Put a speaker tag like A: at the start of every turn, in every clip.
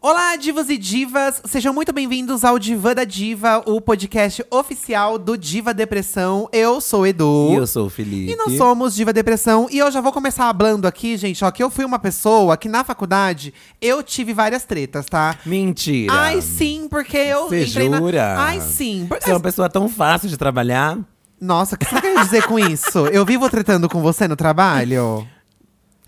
A: Olá, divas e divas! Sejam muito bem-vindos ao Divã da Diva, o podcast oficial do Diva Depressão. Eu sou o Edu.
B: E eu sou o Felipe.
A: E nós somos Diva Depressão. E eu já vou começar hablando aqui, gente, ó, que eu fui uma pessoa que na faculdade eu tive várias tretas, tá?
B: Mentira.
A: Ai, sim, porque eu
B: Você
A: entrei na-
B: jura?
A: Ai, sim. Por-
B: Você é uma pessoa tão fácil de trabalhar.
A: Nossa, o que você quer dizer com isso? Eu vivo tretando com você no trabalho?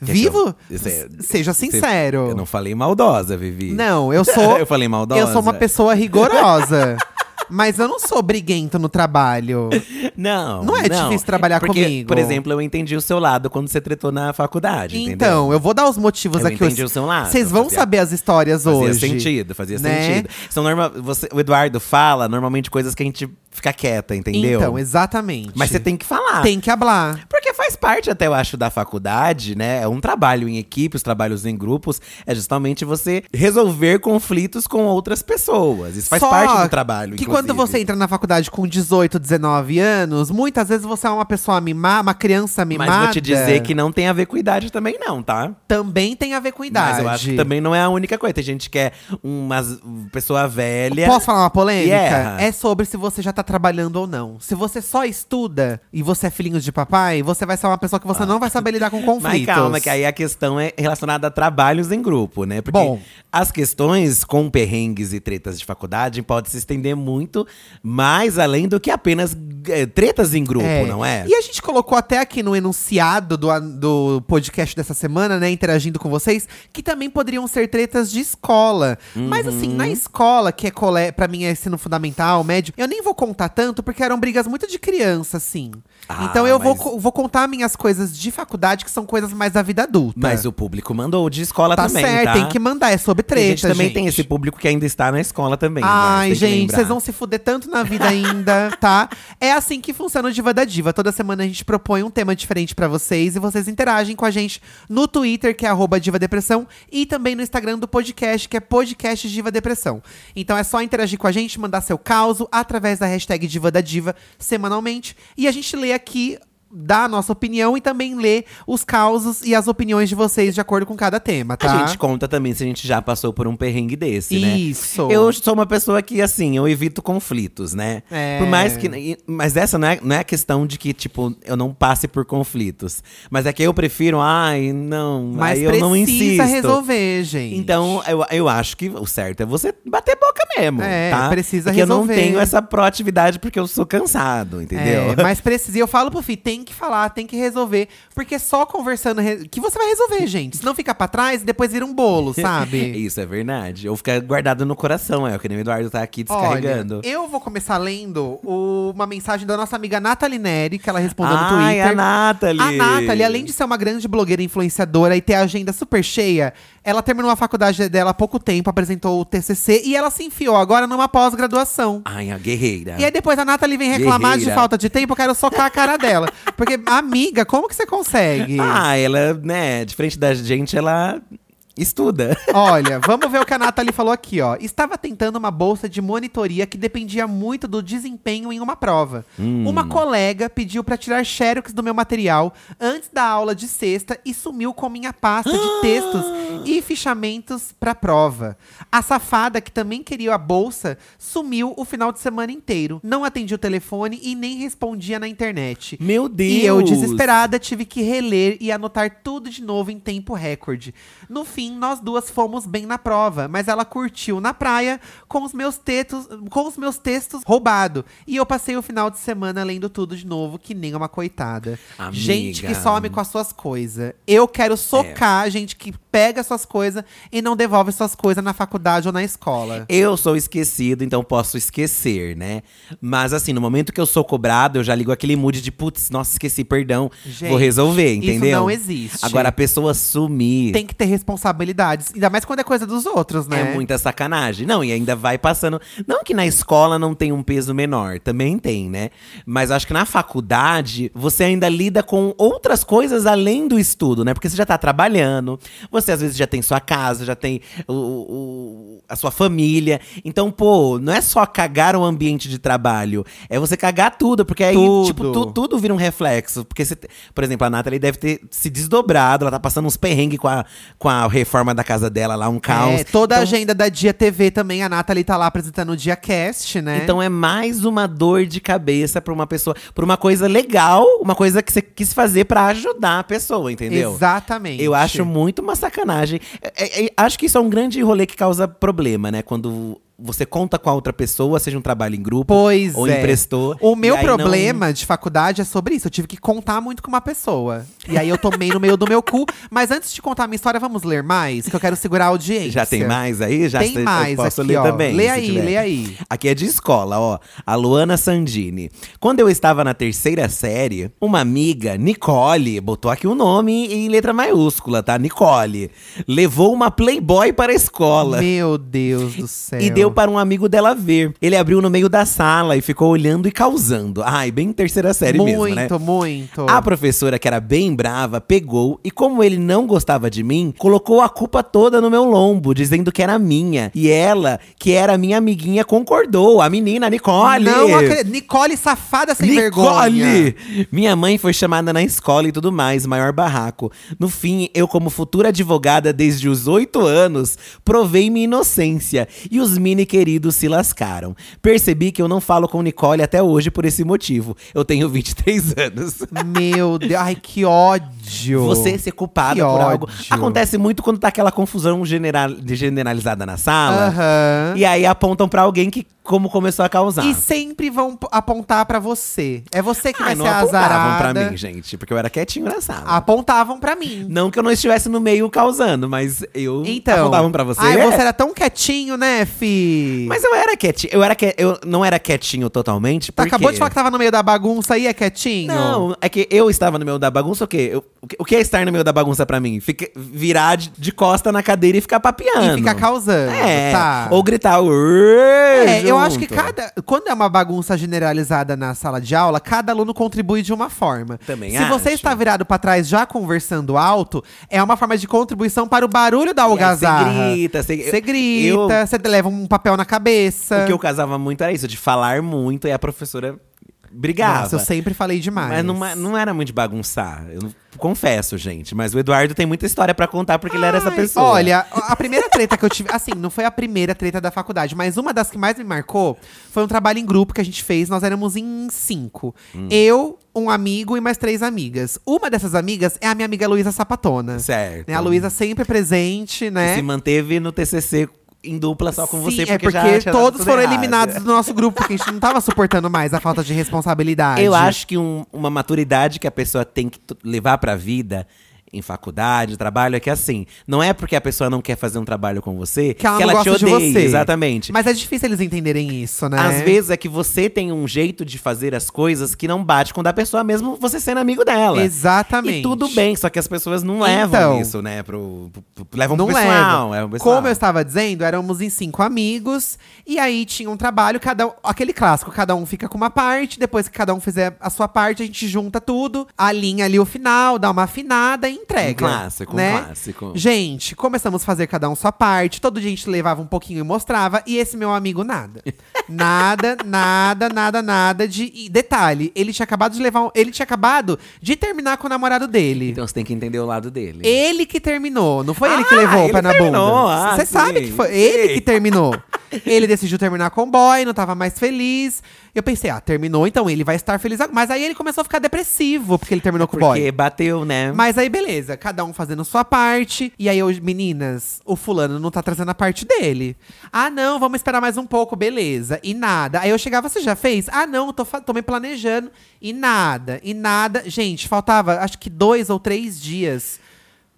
A: Vivo?
B: Que que eu- Cê-
A: S- Seja sincero.
B: Eu não falei maldosa, Vivi.
A: Não, eu sou.
B: Eu falei maldosa?
A: Eu sou uma pessoa rigorosa. mas eu não sou briguento no trabalho.
B: Não.
A: Não é difícil trabalhar
B: Porque,
A: comigo.
B: Por exemplo, eu entendi o seu lado quando você tretou na faculdade. entendeu?
A: Então, eu vou dar os motivos
B: Eu
A: aqui.
B: entendi o seu lado,
A: Vocês vão
B: fazia-
A: saber as histórias
B: Fazia
A: hoje.
B: sentido, fazia
A: né?
B: sentido. São norma você, o Eduardo fala normalmente coisas que a gente fica quieta, entendeu?
A: Então, exatamente.
B: Mas você tem que falar.
A: Tem que hablar.
B: Porque faz parte, até eu acho, da faculdade, né? É um trabalho em equipe, os trabalhos em grupos. É justamente você resolver conflitos com outras pessoas. Isso faz
A: Só
B: parte do trabalho,
A: Que
B: inclusive.
A: quando você entra na faculdade com 18, 19 anos, muitas vezes você é uma pessoa mimada, uma criança é mimada.
B: Mas vou te dizer que não tem a ver com idade também não, tá?
A: Também tem a ver com idade.
B: Mas eu acho que também não é a única coisa. Tem gente que é uma pessoa velha…
A: Posso falar uma polêmica?
B: é- Yeah.
A: É sobre se você já tá trabalhando ou não. Se você só estuda e você é filhinho de papai, você vai ser uma pessoa que você não vai saber lidar com conflitos.
B: Mas calma, que aí a questão é relacionada a trabalhos em grupo, né? Porque
A: Bom.
B: as questões com perrengues e tretas de faculdade podem se estender muito mais além do que apenas eh, tretas em grupo, não é?
A: E a gente colocou até aqui no enunciado do, an- do podcast dessa semana, né, interagindo com vocês, que também poderiam ser tretas de escola. Mas
B: Uhum.
A: assim, na escola, que é colé, para mim é ensino fundamental, médio, eu nem vou contar tanto porque eram brigas muito de criança, assim.
B: Ah,
A: então eu vou,
B: mas-
A: co- vou contar minhas coisas de faculdade, que são coisas mais da vida adulta.
B: Mas o público mandou de escola
A: Tá
B: também,
A: certo,
B: tá?
A: tem que mandar, é sobre
B: Tem
A: treta,
B: gente também tem esse público que ainda está na escola também.
A: Ai,
B: mas tem que
A: gente,
B: lembrar.
A: vocês vão se fuder tanto na vida ainda, tá? É assim que funciona o Diva da Diva. Toda semana a gente propõe um tema diferente pra vocês e vocês interagem com a gente no Twitter, que é arroba Diva Depressão, e também no Instagram do podcast, que é podcast Diva Depressão. Então é só interagir com a gente, mandar seu caso através da hashtag Diva da Diva semanalmente. E a gente lê aqui. Dá a nossa opinião e também lê os causos e as opiniões de vocês de acordo com cada tema,
B: A
A: tá?
B: gente conta também se a gente já passou por um perrengue desse, né?
A: Isso.
B: Eu sou uma pessoa que, assim, eu evito conflitos, né?
A: É.
B: Por mais que. e- Mas essa não é, não é a questão de que, tipo, eu não passe por conflitos. Mas é que eu prefiro, ai, não.
A: Mas
B: aí eu
A: precisa
B: não insisto.
A: resolver, gente.
B: Então, eu, eu acho que o certo é você bater boca mesmo.
A: É,
B: tá?
A: precisa
B: é que
A: resolver.
B: eu não tenho essa proatividade porque eu sou cansado, entendeu?
A: É, mas precisa. E eu falo pro Fih, tem que falar, tem que resolver. Porque só conversando re- que você vai resolver, gente. Se não ficar pra trás, depois vira um bolo, sabe?
B: Isso é verdade. Ou ficar guardado no coração, é o que nem o Eduardo tá aqui descarregando.
A: Olha, eu vou começar lendo o- uma mensagem da nossa amiga Nathalie Neri, que ela respondeu no
B: Ai,
A: Twitter.
B: a Nathalie!
A: A Nathalie, além de ser uma grande blogueira e influenciadora e ter a agenda super cheia, ela terminou a faculdade dela há pouco tempo, apresentou o TCC e ela se enfiou agora numa pós-graduação.
B: Ai, a guerreira.
A: E aí depois a Nathalie vem reclamar de
B: Guerreira.
A: falta de tempo, eu quero socar a cara dela. Porque, amiga, como que você consegue?
B: Ah, ela, né, diferente da gente, ela estuda.
A: Olha, vamos ver o que a Nathalie falou aqui, ó. Estava tentando uma bolsa de monitoria que dependia muito do desempenho em uma prova. Uma colega pediu para tirar xerox do meu material antes da aula de sexta e sumiu com minha pasta de textos e fichamentos para prova. A safada, que também queria a bolsa, sumiu o final de semana inteiro. Não atendia o telefone e nem respondia na internet.
B: Meu Deus!
A: E eu, desesperada, tive que reler e anotar tudo de novo em tempo recorde. No fim, nós duas fomos bem na prova, mas ela curtiu na praia com os meus textos, com os meus textos roubado. E eu passei o final de semana lendo tudo de novo, que nem uma coitada.
B: Amiga.
A: Gente que some com as suas coisas. Eu quero
B: É.
A: socar gente que pega suas coisas e não devolve suas coisas na faculdade ou na escola.
B: Eu sou esquecido, então posso esquecer, né? Mas assim, no momento que eu sou cobrado, eu já ligo aquele mood de putz, nossa, esqueci, perdão,
A: Gente,
B: vou resolver,
A: isso
B: entendeu?
A: não existe.
B: Agora a pessoa sumir
A: Tem que ter responsabilidades, ainda mais quando é coisa dos outros, né?
B: é muita sacanagem. Não, e ainda vai passando. Não que na escola não tem um peso menor, também tem, né? Mas acho que na faculdade você ainda lida com outras coisas além do estudo, né? Porque você já tá trabalhando, você às vezes já tem sua casa, já tem o, o- a sua família. Então, pô, não é só cagar o ambiente de trabalho, é você cagar tudo, porque aí,
A: Tudo.
B: tipo, tu- tudo vira um reflexo. Porque, você te- por exemplo, a Nathalie deve ter se desdobrado, ela tá passando uns perrengues com a, com a reforma da casa dela lá, um caos.
A: É, toda a
B: Então,
A: agenda da Dia TV também, a Nathalie tá lá apresentando o Dia Cast, né?
B: Então é mais uma dor de cabeça pra uma pessoa, pra uma coisa legal, uma coisa que você quis fazer pra ajudar a pessoa, entendeu?
A: Exatamente.
B: Eu acho muito uma sacanagem. É, é, é, acho que isso é um grande rolê que causa problema, né? Quando você conta com a outra pessoa, seja um trabalho em grupo
A: Pois
B: ou
A: é.
B: emprestou.
A: O
B: e
A: meu
B: aí não-
A: problema de faculdade é sobre isso. Eu tive que contar muito com uma pessoa. E aí eu tomei no meio do meu cu. Mas antes de contar a minha história, vamos ler mais, que eu quero segurar a audiência.
B: Já tem mais aí? Já
A: é tem
B: eu
A: mais
B: posso
A: aqui,
B: ler
A: ó.
B: também.
A: Lê
B: se
A: aí,
B: tiver.
A: lê aí.
B: Aqui é de escola, ó. A Luana Sandini. Quando eu estava na terceira série, uma amiga, Nicole, botou aqui o nome em letra maiúscula, tá? Nicole. Levou uma Playboy para a escola.
A: Meu Deus do céu.
B: E deu para um amigo dela ver. Ele abriu no meio da sala e ficou olhando e causando. Ai, bem terceira série
A: muito,
B: mesmo, né?
A: Muito, muito.
B: A professora, que era bem brava, pegou e, como ele não gostava de mim, colocou a culpa toda no meu lombo, dizendo que era minha. E ela, que era minha amiguinha, concordou. A menina, a Nicole.
A: Não acredito. Nicole safada sem vergonha.
B: Nicole! Minha mãe foi chamada na escola e tudo mais, maior barraco. No fim, eu, como futura advogada desde os oito anos, provei minha inocência e os mini queridos se lascaram. Percebi que eu não falo com Nicole até hoje por esse motivo. Eu tenho 23 anos.
A: Meu Deus, ai que ódio.
B: Você ser culpada
A: Que
B: por algo.
A: ódio.
B: Acontece muito quando tá aquela confusão general, de- generalizada na sala.
A: Aham.
B: E aí apontam pra alguém que como começou a causar.
A: E sempre vão p- apontar pra você. É você que
B: Ah,
A: vai
B: não
A: ser a
B: apontavam
A: azarada.
B: pra mim, gente, porque eu era quietinho na sala.
A: Apontavam pra mim.
B: Não que eu não estivesse no meio causando, mas eu
A: Então.
B: apontavam pra você.
A: Ai,
B: É.
A: você era tão quietinho, né, fi?
B: Mas eu era quietinho. Eu, era que... eu não era quietinho totalmente.
A: Tá,
B: porque-
A: acabou de falar que tava no meio da bagunça e é quietinho?
B: Não, é que eu estava no meio da bagunça, o quê? Eu- o que- o que é estar no meio da bagunça pra mim? Fica- virar de, de costa na cadeira e ficar papiando.
A: E fica causando,
B: É,
A: tá?
B: ou gritar.
A: É, eu acho que
B: junto.
A: cada. Quando é uma bagunça generalizada na sala de aula, cada aluno contribui de uma forma.
B: Também
A: Se
B: acho.
A: você está virado pra trás já conversando alto, é uma forma de contribuição para o barulho da
B: E aí
A: algazarra.
B: Você grita, você,
A: Você
B: eu-
A: grita, você leva um papel na cabeça.
B: eu- o que eu casava muito era isso, de falar muito e a professora brigava.
A: Nossa, eu sempre falei demais.
B: Mas não, é, não era muito de bagunçar. Eu não- confesso, gente. Mas o Eduardo tem muita história pra contar porque ele era essa
A: Ai,
B: pessoa.
A: Olha, a primeira treta que eu tive. Assim, não foi a primeira treta da faculdade, mas uma das que mais me marcou foi um trabalho em grupo que a gente fez. Nós éramos em cinco.
B: Hum.
A: Eu, um amigo e mais três amigas. Uma dessas amigas é a minha amiga Luísa Sapatona.
B: Certo.
A: Né, a Luísa sempre presente, né?
B: Se manteve no TCC em dupla só com você.
A: Sim, é
B: Porque já
A: porque
B: tinha dado
A: todos
B: tudo
A: foram
B: errado.
A: eliminados do nosso grupo, porque a gente não tava suportando mais a falta de responsabilidade.
B: Eu acho que um- uma maturidade que a pessoa tem que t- levar pra vida. Em faculdade, trabalho, é que assim, não é porque a pessoa não quer fazer um trabalho com você
A: Que ela não
B: te
A: gosta de
B: odeia.
A: você.
B: Exatamente.
A: Mas é difícil eles entenderem isso, né?
B: Às vezes é que você tem um jeito de fazer as coisas que não bate com o da pessoa, mesmo você sendo amigo dela.
A: Exatamente.
B: E tudo bem, só que as pessoas não levam
A: Então.
B: isso, né? Pro, pro- pro- levam
A: não
B: pro pessoal.
A: levo.
B: levam pro é um pessoal.
A: Como eu estava dizendo, éramos em cinco amigos. E aí tinha um trabalho, cada um- aquele clássico. Cada um fica com uma parte. Depois que cada um fizer a sua parte, a gente junta tudo. Alinha ali o final, dá uma afinada e entrega.
B: Um clássico, um
A: né?
B: clássico.
A: Gente, começamos a fazer cada um sua parte. Todo dia a gente levava um pouquinho e mostrava. E esse meu amigo, nada. Nada, nada, nada, nada de… E detalhe, ele tinha acabado de levar… um- Ele tinha acabado de terminar com o namorado dele.
B: Então você tem que entender o lado dele.
A: Ele que terminou, não foi ele
B: Ah,
A: que levou o
B: ele
A: pé na
B: terminou,
A: bunda.
B: ah,
A: Você
B: sim,
A: sabe que foi
B: sim.
A: ele que terminou. ele decidiu terminar com o boy, não tava mais feliz. Eu pensei, ah, terminou, então ele vai estar feliz agora. Mas aí ele começou a ficar depressivo porque ele terminou com o
B: É Porque
A: boy.
B: bateu, né?
A: Mas aí, beleza, cada um fazendo sua parte. E aí, eu, meninas, o fulano não tá trazendo a parte dele. Ah, não, vamos esperar mais um pouco, beleza. E nada. Aí eu chegava, você já fez? Ah, não, tô, fa- tô me planejando. E nada, e nada. Gente, faltava acho que dois ou três dias.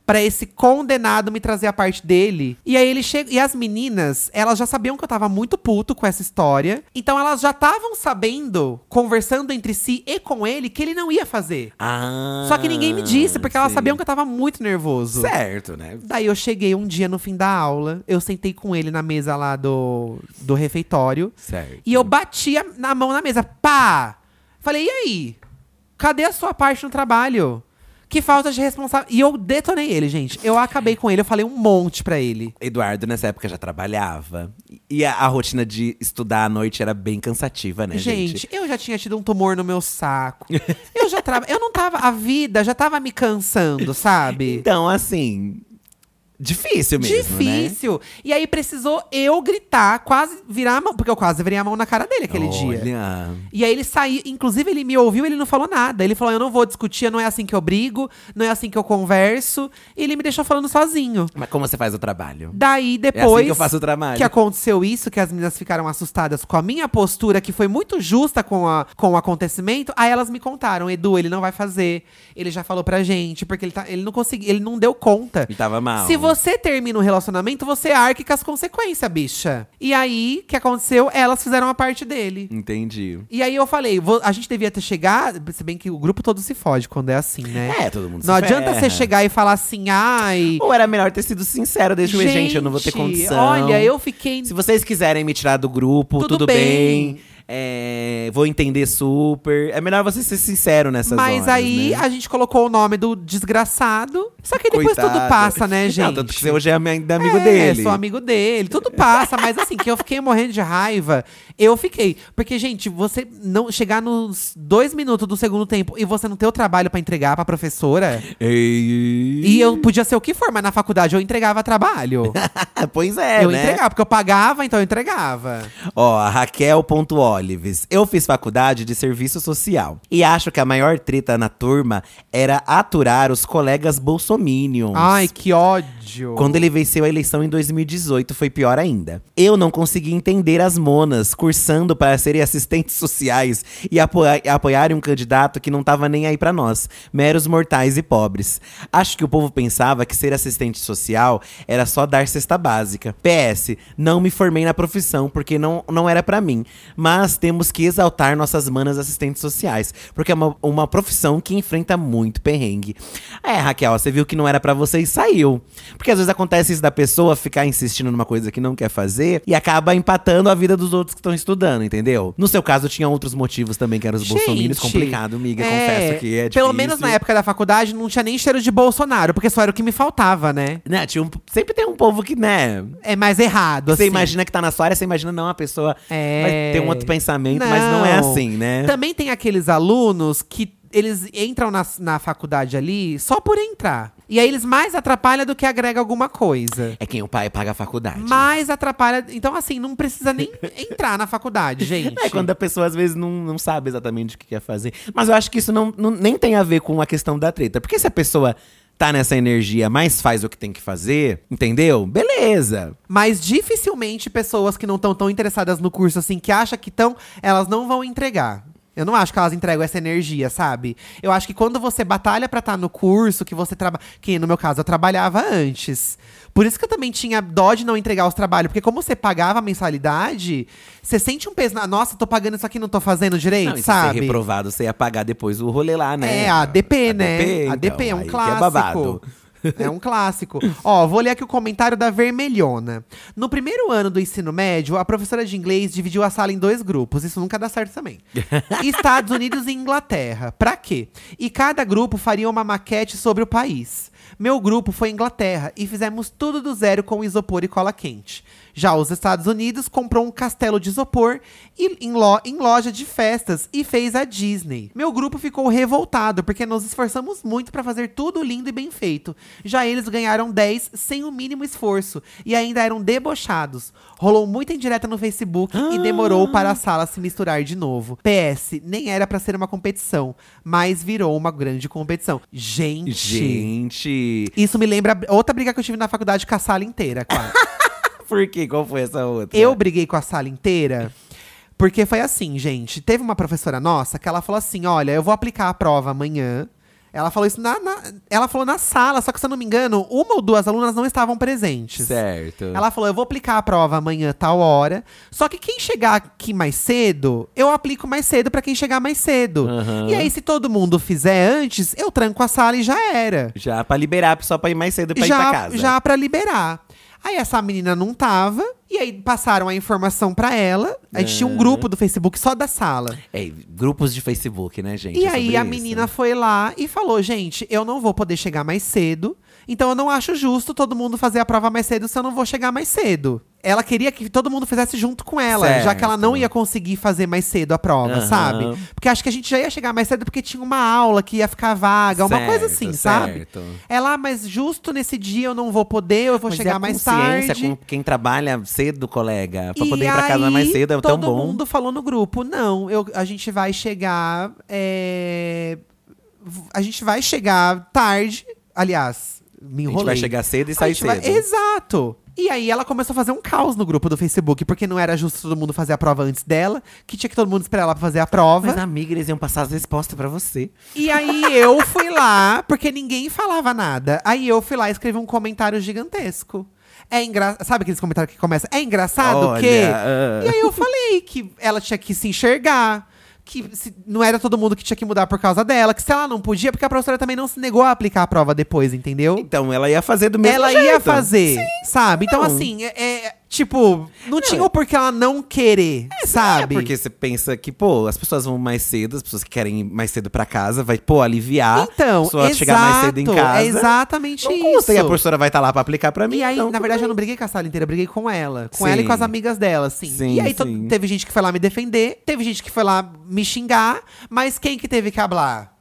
A: Pra esse condenado me trazer a parte dele. E aí ele chega. E as meninas, elas já sabiam que eu tava muito puto com essa história. Então elas já estavam sabendo, conversando entre si e com ele, que ele não ia fazer.
B: Ah,
A: Só que ninguém me disse, porque um elas
B: sim.
A: sabiam que eu tava muito nervoso.
B: Certo, né?
A: Daí eu cheguei um dia no fim da aula, eu sentei com ele na mesa lá do, do refeitório.
B: Certo.
A: E eu batia na mão na mesa, pá! Falei, e aí? Cadê a sua parte no trabalho? O Que falta de responsabilidade. E eu detonei ele, gente. Eu acabei com ele, eu falei um monte pra ele.
B: Eduardo, nessa época, já trabalhava. E a, a rotina de estudar à noite era bem cansativa, né, gente?
A: Gente, eu já tinha tido um tumor no meu saco. eu já tava. Eu não tava. A vida já tava me cansando, sabe?
B: Então, assim. Difícil mesmo. né?
A: Difícil. E aí precisou eu gritar, quase virar a mão, porque eu quase virei a mão na cara dele aquele dia.
B: Olha.
A: E aí ele saiu, inclusive ele me ouviu, ele não falou nada. Ele falou: "Eu não vou discutir, não é assim que eu brigo, não é assim que eu converso". E ele me deixou falando sozinho.
B: Mas como você faz o trabalho?
A: Daí
B: É assim
A: depois
B: que eu faço o trabalho.
A: que aconteceu isso, que as meninas ficaram assustadas com a minha postura, que foi muito justa com, a, com o acontecimento, aí elas me contaram, Edu, ele não vai fazer. Ele já falou pra gente, porque ele, tá, ele não conseguiu, ele não deu conta.
B: Ele tava mal.
A: Se você termina um relacionamento, você arque com as consequências, bicha. E aí, o que aconteceu? Elas fizeram a parte dele.
B: Entendi.
A: E aí eu falei, vou- a gente devia ter chegado, se bem que o grupo todo se fode quando é assim, né?
B: É, todo mundo
A: Não
B: se
A: adianta
B: ferra.
A: você chegar e falar assim, ai.
B: Ou era melhor ter sido sincero desde o início, gente, eu não vou ter condição.
A: Olha, eu fiquei
B: Se vocês quiserem me tirar do grupo, tudo,
A: Tudo
B: bem.
A: bem.
B: É, vou entender super. É melhor você ser sincero nessas
A: Mas
B: horas,
A: aí
B: né?
A: a gente colocou o nome do desgraçado. Só que depois
B: Coitado.
A: tudo passa, né, gente?
B: Não, tanto que você hoje é ami- ainda amigo
A: é,
B: dele.
A: sou amigo dele. Tudo passa, mas assim, que eu fiquei morrendo de raiva, eu fiquei. Porque, gente, você não chegar nos dois minutos do segundo tempo e você não ter o trabalho pra entregar pra professora.
B: Ei.
A: E eu podia ser o que for, mas na faculdade eu entregava trabalho.
B: pois é,
A: eu
B: né?
A: entregava, porque eu pagava, então eu entregava.
B: Ó, a Raquel.olives. Eu fiz faculdade de serviço social. E acho que a maior treta na turma era aturar os colegas bolsominions.
A: Ai, que ódio.
B: Quando é ele venceu a eleição em 2018, foi pior ainda. Eu não consegui entender as monas cursando para serem assistentes sociais e apoia apoiarem um candidato que não tava nem aí para nós, meros mortais e pobres. Acho que o povo pensava que ser assistente social era só dar cesta básica. PS, não me formei na profissão porque não, não era para mim, mas temos que exaltar nossas manas assistentes sociais, porque é uma, uma profissão que enfrenta muito perrengue. É, Raquel, você viu que não era pra você e saiu. Porque às vezes acontece isso da pessoa ficar insistindo numa coisa que não quer fazer e acaba empatando a vida dos outros que estão estudando, entendeu? No seu caso, tinha outros motivos também que eram os bolsominions.
A: Gente,
B: Complicado, miga,
A: é,
B: confesso que é difícil.
A: Pelo menos na época da faculdade não tinha nem cheiro de Bolsonaro, porque só era o que me faltava, né?
B: Né, tinha um- sempre tem um povo que, né?
A: É mais errado,
B: Você
A: assim.
B: imagina que tá na sua área, você imagina, não, a pessoa
A: É.
B: vai ter um outro pensamento, mas não é assim, né?
A: Também tem aqueles alunos que eles entram na, na faculdade ali só por entrar. E aí eles mais atrapalham do que agrega alguma coisa.
B: É quem o pai paga a faculdade. né?
A: Mais atrapalha. Então, assim, não precisa nem entrar na faculdade, gente.
B: É quando a pessoa às vezes não, não sabe exatamente o que quer fazer. Mas eu acho que isso não, não- nem tem a ver com a questão da treta. Porque se a pessoa tá nessa energia, mas faz o que tem que fazer, entendeu? Beleza.
A: Mas dificilmente pessoas que não estão tão interessadas no curso, assim, que acham que estão, elas não vão entregar. Eu não acho que elas entregam essa energia, sabe? Eu acho que quando você batalha pra estar no curso, que você trabalha. Que no meu caso eu trabalhava antes. Por isso que eu também tinha dó de não entregar os trabalhos, porque como você pagava a mensalidade, você sente um peso na. Nossa, tô pagando isso aqui, não tô fazendo direito,
B: Não, e se
A: sabe?
B: ser reprovado, você ia pagar depois o rolê lá, né?
A: É, a ADP, né?
B: ADP,
A: a ADP é
B: então,
A: um
B: aí que
A: clássico.
B: É babado.
A: É um clássico. Ó, vou ler aqui o comentário da Vermelhona. No primeiro ano do ensino médio, a professora de inglês dividiu a sala em dois grupos. Isso nunca dá certo também. Estados Unidos e Inglaterra. Pra quê? E cada grupo faria uma maquete sobre o país. Meu grupo foi à Inglaterra e fizemos tudo do zero com isopor e cola quente. Já os Estados Unidos comprou um castelo de isopor e- em, lo- em loja de festas e fez a Disney. Meu grupo ficou revoltado porque nos esforçamos muito para fazer tudo lindo e bem feito. Já eles ganharam 10 sem o mínimo esforço e ainda eram debochados. Rolou muita indireta no Facebook e demorou para a sala se misturar de novo. PS, nem era para ser uma competição, mas virou uma grande competição. Gente,
B: Gente.
A: isso me lembra outra briga que eu tive na faculdade com a sala inteira, quase.
B: Por quê? Qual foi essa outra?
A: Eu briguei com a sala inteira. Porque foi assim, gente. Teve uma professora nossa que ela falou assim: olha, eu vou aplicar a prova amanhã. Ela falou isso na, na- Ela falou na sala, só que se eu não me engano, uma ou duas alunas não estavam presentes.
B: Certo.
A: Ela falou: eu vou aplicar a prova amanhã, tal hora. Só que quem chegar aqui mais cedo, eu aplico mais cedo pra quem chegar mais cedo.
B: Aham.
A: E aí, se todo mundo fizer antes, eu tranco a sala e já era
B: Já pra liberar, só pra ir mais cedo pra ir pra casa.
A: já pra liberar. Aí essa menina não tava, e aí aí passaram a informação pra ela. A gente tinha um grupo do Facebook só da sala.
B: É, grupos de Facebook, né, gente?
A: E
B: É
A: aí
B: sobre
A: a
B: isso.
A: menina foi lá e falou: gente, eu não vou poder chegar mais cedo. Então eu não acho justo todo mundo fazer a prova mais cedo se eu não vou chegar mais cedo. Ela queria que todo mundo fizesse junto com ela, já que ela não
B: Certo.
A: ia conseguir fazer mais cedo a prova,
B: Aham.
A: sabe? Porque acho que a gente já ia chegar mais cedo porque tinha uma aula que ia ficar vaga, uma coisa
B: Certo,
A: assim, sabe?
B: certo.
A: Ela, "Ah, mas justo nesse dia eu não vou poder, eu vou
B: Mas
A: chegar
B: é
A: mais
B: consciência
A: tarde.
B: com quem trabalha cedo, colega. Pra
A: E
B: poder ir pra casa
A: aí,
B: mais cedo é tão bom.
A: Todo mundo falou no grupo: não, eu, a gente vai chegar. é, v- a gente vai chegar tarde. Aliás, me
B: a
A: enrolei.
B: gente vai chegar cedo e
A: A
B: sair
A: gente vai-
B: cedo.
A: Exato! E aí ela começou a fazer um caos no grupo do Facebook, porque não era justo todo mundo fazer a prova antes dela, que tinha que todo mundo esperar ela pra fazer a prova.
B: Mas, amiga, eles iam passar as respostas pra você.
A: E aí eu fui lá, porque ninguém falava nada. Aí eu fui lá e escrevi um comentário gigantesco. É engraçado. Sabe aqueles comentários que começa? É engraçado
B: Olha,
A: que.
B: ah.
A: E aí eu falei que ela tinha que se enxergar. Que se- não era todo mundo que tinha que mudar por causa dela, que se ela não podia, porque a professora também não se negou a aplicar a prova depois, entendeu?
B: Então, ela ia fazer do mesmo
A: ela
B: jeito.
A: ia fazer, sabe? Então,
B: não.
A: assim, é, é, tipo, não, tinha o porquê ela não querer, sabe?
B: É porque você pensa que, pô, as pessoas vão mais cedo, as pessoas que querem ir mais cedo pra casa, vai, pô, aliviar.
A: então,
B: a pessoa
A: exato,
B: chegar mais cedo em casa.
A: é exatamente
B: Não
A: isso.
B: custa, e a professora vai estar lá pra aplicar pra mim.
A: E aí,
B: então,
A: na
B: tudo
A: verdade,
B: bem.
A: eu não briguei com a sala inteira, eu briguei com ela. Com ela e
B: Sim.
A: com as amigas dela, assim.
B: Sim,
A: e aí to-
B: sim.
A: teve gente que foi lá me defender, teve gente que foi lá me xingar, mas quem que teve que hablar?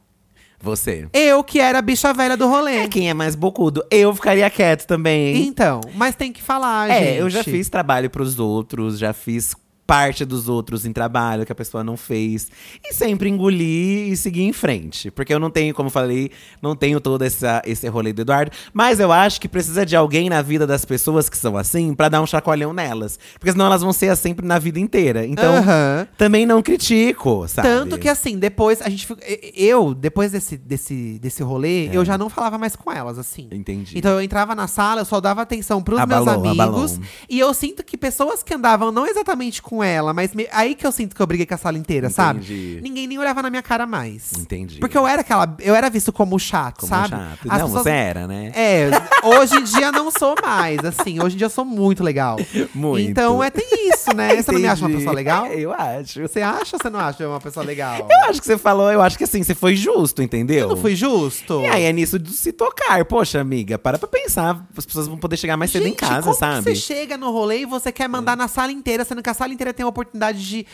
B: Você.
A: Eu, que era a bicha velha do rolê.
B: É quem é mais bocudo. Eu ficaria quieto também. hein?
A: Então, mas tem que falar,
B: é,
A: gente.
B: eu já fiz trabalho pros outros, já fiz parte dos outros em trabalho que a pessoa não fez. E sempre engolir e seguir em frente. Porque eu não tenho, como eu falei, não tenho todo essa, esse rolê do Eduardo. Mas eu acho que precisa de alguém na vida das pessoas que são assim pra dar um chacoalhão nelas. Porque senão elas vão ser assim na vida inteira. Então,
A: Aham.
B: também não critico, sabe?
A: Tanto que, assim, depois a gente. fica- e- e- Eu, depois desse, desse, desse rolê, eu já não falava mais com elas, assim.
B: É. Entendi.
A: Então eu entrava na sala, eu só dava atenção pros meus
B: Abalou,
A: amigos.
B: abalou.
A: E eu sinto que pessoas que andavam não exatamente com ela, mas me- aí que eu sinto que eu briguei com a sala inteira, sabe?
B: Entendi.
A: Ninguém nem olhava na minha cara mais.
B: Entendi.
A: Porque eu era aquela. Eu era visto como chato,
B: Como
A: sabe?
B: chato.
A: As
B: Não,
A: pessoas-
B: você era, né?
A: É, hoje em dia não sou mais, assim. Hoje em dia eu sou muito legal.
B: Muito.
A: Então é, tem isso, né? Você não me acha uma
B: Entendi.
A: pessoa legal?
B: Eu acho.
A: Você acha ou você não acha eu uma pessoa legal?
B: Eu acho que você falou, eu acho que assim, você foi justo, entendeu?
A: Não foi justo?
B: Então. E aí é nisso de se tocar. Poxa, amiga, para pra pensar. As pessoas vão poder chegar mais cedo em
A: Gente,
B: casa,
A: como que
B: sabe? É.
A: Você chega no rolê e você quer mandar na sala inteira, sendo que a sala inteira tem a oportunidade de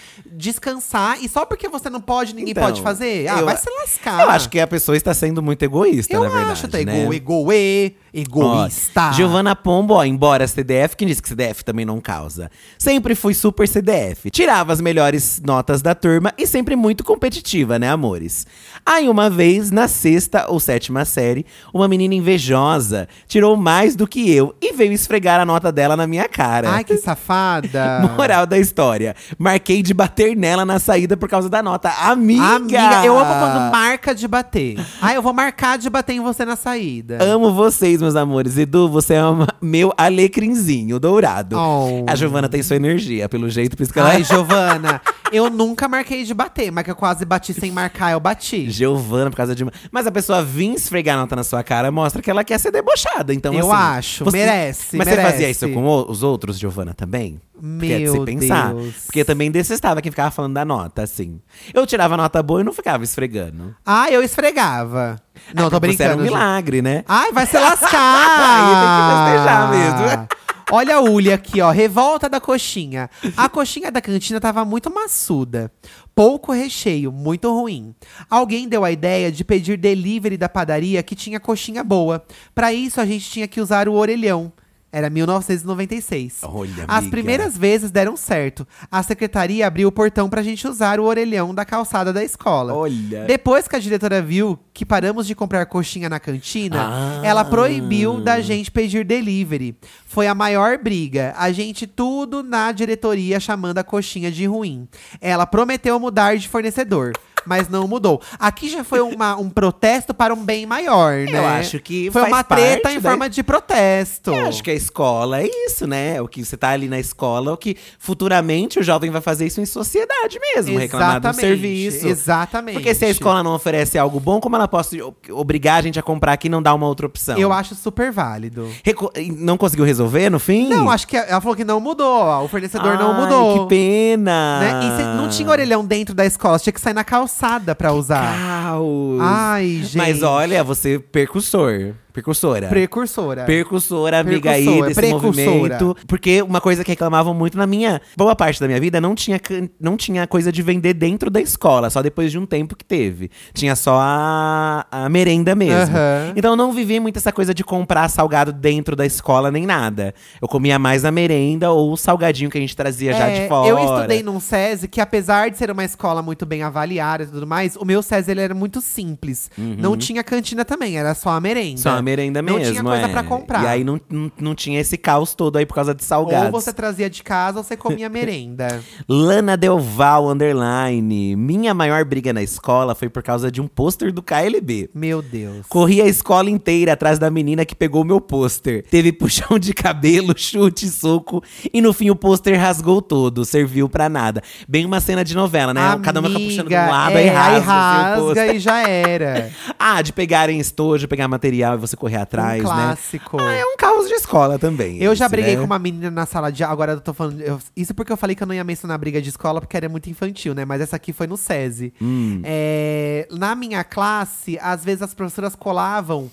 A: descansar. E só porque você não pode, ninguém
B: Então,
A: pode fazer? Ah,
B: eu-
A: vai se lascar.
B: Eu acho que a pessoa está sendo muito egoísta,
A: Eu
B: na verdade.
A: acho, tá
B: né?
A: ego, egoê, egoísta.
B: Ó, Giovana Pombo, ó, embora CDF, quem disse que CDF também não causa? Sempre fui super CDF. Tirava as melhores notas da turma e sempre muito competitiva, né, amores? Aí uma vez, na sexta ou sétima série, uma menina invejosa tirou mais do que eu e veio esfregar a nota dela na minha cara.
A: Ai, que safada.
B: Moral da história. Marquei de bater nela na saída por causa da nota. Amiga!
A: Amiga, eu amo quando marca de bater. Ah, eu vou marcar de bater em você na saída.
B: Amo vocês, meus amores. Edu, você é uma- meu alecrinzinho dourado.
A: Oh.
B: A Giovana tem sua energia, pelo jeito, por isso que ela
A: Ai,
B: é.
A: Giovana, eu nunca marquei de bater, mas que eu quase bati sem marcar, eu bati.
B: é Giovana, por causa de uma. Mas a pessoa vir esfregar a nota na sua cara mostra que ela quer ser debochada. Então,
A: Eu
B: assim,
A: acho, merece,
B: Mas
A: merece.
B: você fazia isso com o- os outros, Giovana, também? Porque é de
A: Meu
B: se pensar.
A: Deus.
B: Porque também desistava quem ficava falando da nota, assim. Eu tirava nota boa e não ficava esfregando.
A: Ah, eu esfregava. Não, tô
B: Você
A: brincando.
B: era um
A: gente.
B: milagre, né?
A: Ai, vai se lascar!
B: Aí tem que festejar mesmo.
A: Olha a Ulha aqui, ó. Revolta da coxinha. A coxinha da cantina tava muito maçuda. Pouco recheio, muito ruim. Alguém deu a ideia de pedir delivery da padaria que tinha coxinha boa. Pra isso, a gente tinha que usar o orelhão. Era 1996.
B: Olha,
A: As
B: amiga.
A: primeiras vezes deram certo. A secretaria abriu o portão pra gente usar o orelhão da calçada da escola.
B: Olha.
A: Depois que a diretora viu que paramos de comprar coxinha na cantina,
B: Ah.
A: ela proibiu da gente pedir delivery. Foi a maior briga. A gente tudo na diretoria chamando a coxinha de ruim. Ela prometeu mudar de fornecedor. mas não mudou. Aqui já foi uma- um protesto para um bem maior, né?
B: Eu acho que
A: foi
B: faz
A: uma treta
B: parte
A: em
B: da-
A: forma de protesto.
B: Eu acho que a escola é isso, né? O que você tá ali na escola, o que futuramente o jovem vai fazer isso em sociedade é mesmo, reclamar do
A: Exatamente,
B: serviço.
A: Exatamente.
B: Porque se a escola não oferece algo bom, como ela pode obrigar a gente a comprar aqui e não dar uma outra opção?
A: Eu acho super válido.
B: Reco- não conseguiu resolver no fim?
A: Não, acho que ela falou que não mudou. ó, O fornecedor não
B: Ai,
A: mudou.
B: Que pena.
A: né? E cê- não
B: Ah.
A: tinha orelhão dentro da escola, tinha que sair na calçada pra usar.
B: Caos.
A: Ai, gente.
B: Mas olha, você é percursor, percursora.
A: Precursora.
B: Percussora, amiga aí
A: É. Percussora,
B: desse
A: precursora.
B: movimento. Porque uma coisa que reclamavam muito na minha. Boa parte da minha vida não tinha, can- não tinha coisa de vender dentro da escola, só depois de um tempo que teve. Tinha só a, a merenda mesmo.
A: Aham.
B: Então eu não vivi muito essa coisa de comprar salgado dentro da escola nem nada. Eu comia mais na merenda ou o salgadinho que a gente trazia já
A: É,
B: de fora.
A: Eu estudei num SESI que, apesar de ser uma escola muito bem avaliada e tudo mais, o meu SESI ele era muito simples. Não tinha cantina também, era só a merenda.
B: Uhum. Só a merenda
A: É. Não
B: mesmo.
A: tinha coisa
B: é.
A: pra comprar.
B: E aí não, não, não tinha esse caos todo aí por causa de
A: Ou
B: salgados.
A: você trazia de casa ou você comia merenda.
B: Lana Del Val, underline. Minha maior briga na escola foi por causa de um pôster do KLB.
A: Meu Deus.
B: Corri a escola inteira atrás da menina que pegou meu pôster. Teve puxão de cabelo, chute, soco. E no fim o pôster rasgou todo, serviu pra nada. Bem uma cena de novela, né? Cada uma fica puxando de um
A: Amiga,
B: lado,
A: é,
B: aí rasga, assim, o
A: rasga
B: pôster.
A: e já era.
B: Ah, de pegarem estojo, pegar material e você correr atrás,
A: um
B: né?
A: clássico.
B: Ah, é um caos de escola também.
A: Eu já
B: esse,
A: briguei
B: né?
A: com uma menina na sala de aula. Agora eu tô falando. eu- isso porque eu falei que eu não ia mencionar briga de escola, porque era muito infantil, né? Mas essa aqui foi no SESI.
B: Hum.
A: É, na minha classe, às vezes as professoras colavam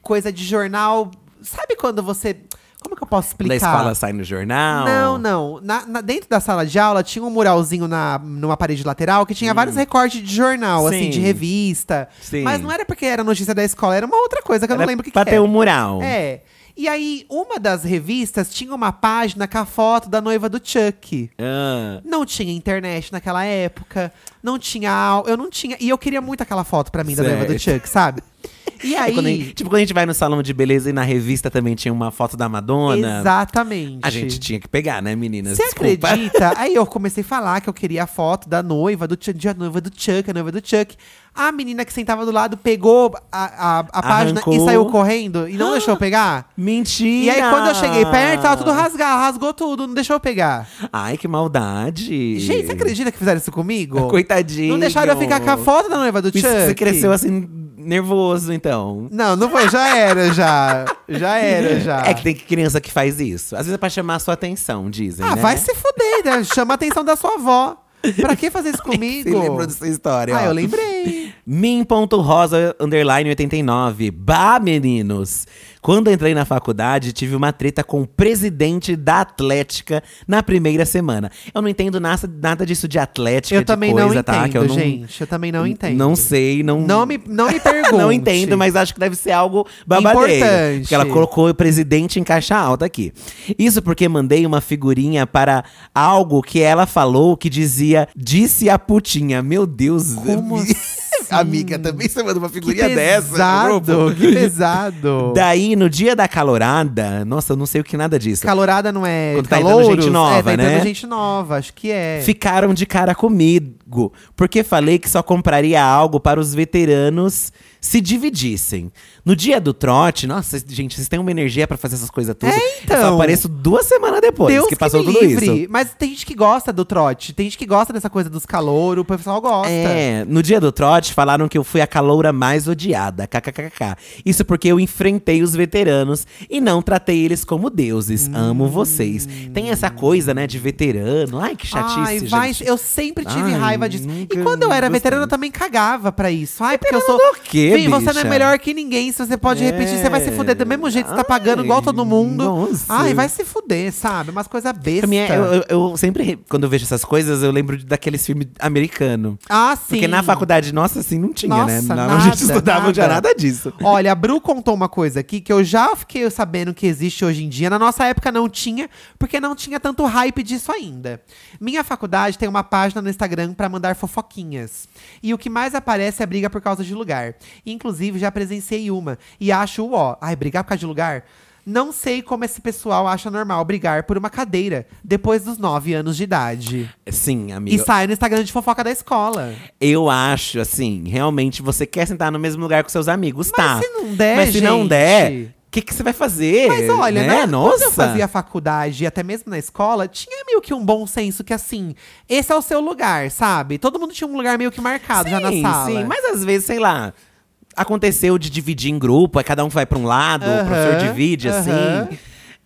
A: coisa de jornal. Sabe quando você. Como que eu posso
B: Da
A: explicar?
B: escola sai no jornal.
A: Não, não. Na- na- dentro da sala de aula tinha um muralzinho na, numa parede lateral que tinha vários recortes de jornal, assim,
B: Hum. Sim.
A: de revista.
B: Sim.
A: Mas não era porque era notícia da escola, era uma outra coisa que eu
B: Era
A: não lembro o que,
B: pra
A: que
B: ter
A: era.
B: um mural.
A: É. E aí, uma das revistas tinha uma página com a foto da noiva do Chuck.
B: Ah.
A: Não tinha internet naquela época, não tinha aula, eu não tinha. E eu queria muito aquela foto pra mim da noiva do
B: Certo.
A: Chuck, sabe? E
B: É
A: aí.
B: quando a gente- tipo, quando a gente vai no salão de beleza e na revista também tinha uma foto da Madonna.
A: exatamente.
B: A gente tinha que pegar, né, meninas?
A: Você
B: Desculpa.
A: acredita? Aí eu comecei a falar que eu queria a foto da noiva, do Chuck, de a noiva do Chuck, a noiva do Chuck. A menina que sentava do lado pegou a, a, a página e
B: Arrancou.
A: saiu correndo e não deixou eu pegar.
B: Mentira!
A: E aí, quando eu cheguei perto, tava tudo rasgado, rasgou tudo, não deixou eu pegar.
B: Ai, que maldade!
A: Gente, você acredita que fizeram isso comigo?
B: Coitadinho!
A: Não deixaram eu ficar com a foto da noiva do
B: Por
A: Chuck.
B: isso que Você cresceu assim, nervoso, então.
A: Não, não foi, já era, já. Já era, já.
B: É que tem criança que faz isso. Às vezes é pra chamar a sua atenção, dizem,
A: Ah,
B: né?
A: vai se fuder, né? Chama a atenção da sua avó. Pra que fazer isso comigo?
B: É Você lembrou dessa história,
A: Ah,
B: ó.
A: eu lembrei.
B: Min.rosa, underline 89. Bah, meninos! Quando entrei na faculdade, tive uma treta com o presidente da Atlética na primeira semana. Eu não entendo nada, nada disso de Atlética,
A: Eu
B: de
A: também
B: coisa,
A: não entendo,
B: tá? que eu não,
A: gente. Eu também não entendo.
B: Não sei, não…
A: Não me, não me pergunte.
B: Não entendo, mas acho que deve ser algo babadeiro.
A: Importante.
B: Porque ela colocou o presidente em caixa alta aqui. Isso porque mandei uma figurinha para algo que ela falou que dizia disse a putinha. Meu Deus.
A: Como assim?
B: Amiga, também você manda uma
A: Que
B: figurinha dessa. no grupo?
A: pesado, que pesado.
B: Daí, no dia da calorada, nossa, eu não sei o que nada disso.
A: Calorada não é
B: Quando tá entrando
A: calouros?
B: gente nova,
A: é, tá entrando
B: né?
A: gente nova, acho que é.
B: Ficaram de cara comigo, porque falei que só compraria algo para os veteranos se dividissem. No dia do trote, nossa, gente, vocês têm uma energia pra fazer essas coisas tudo.
A: É, então.
B: Eu só apareço duas semanas depois
A: Deus
B: que passou
A: me
B: tudo
A: livre.
B: isso.
A: Mas tem gente que gosta do trote, tem gente que gosta dessa coisa dos calouros, o pessoal gosta.
B: É, no dia do trote falaram que eu fui a caloura mais odiada, kkkk. Isso porque eu enfrentei os veteranos e não tratei eles como deuses.
A: Hum.
B: Amo vocês. Tem essa coisa, né, de veterano. Ai, que chatice,
A: Ai,
B: gente.
A: vai, eu sempre tive
B: Ai,
A: raiva disso.
B: nunca
A: E quando eu era
B: gostei. tá
A: veterana, eu também cagava pra isso. Ai, porque eu sou.
B: do quê,
A: Fih, você não é
B: bicha?
A: melhor que ninguém. Se você pode
B: É.
A: repetir, você vai se fuder do mesmo jeito, você tá pagando igual todo
B: Ai,
A: mundo.
B: nossa.
A: Ai, vai se fuder, sabe? Umas coisas bestas.
B: Pra mim, é- eu, eu- eu sempre, re- quando eu vejo essas coisas, eu lembro de- daqueles filmes americanos.
A: Ah, sim.
B: Porque na faculdade, nossa, assim, não tinha, né?
A: Nossa,
B: Lá onde a gente
A: nada,
B: estudava, não tinha
A: nada.
B: nada disso.
A: Olha, a Bru contou uma coisa aqui que eu já fiquei sabendo que existe hoje em dia. Na nossa época não tinha, porque não tinha tanto hype disso ainda. Minha faculdade tem uma página no Instagram pra mandar fofoquinhas. E o que mais aparece é briga por causa de lugar. Inclusive, já presenciei uma. E acho o ó. Ai, brigar por causa de lugar? Não sei como esse pessoal acha normal brigar por uma cadeira depois dos 9 anos de idade.
B: Sim,
A: E
B: amiga.
A: sai no Instagram de fofoca da escola.
B: Eu acho, assim, realmente você quer sentar no mesmo lugar com seus amigos, tá?
A: se não der,
B: Mas se não
A: gente-
B: der, o que, que você vai fazer?
A: Mas olha,
B: né?
A: né? quando
B: Nossa.
A: eu fazia faculdade, e até mesmo na escola, tinha meio que um bom senso que assim, esse é o seu lugar, sabe? Todo mundo tinha um lugar meio que marcado já na
B: Sim,
A: sala.
B: Sim, mas às vezes, sei lá, aconteceu de dividir em grupo, aí cada um vai pra um lado, o
A: Aham,
B: professor divide,
A: aham.
B: assim.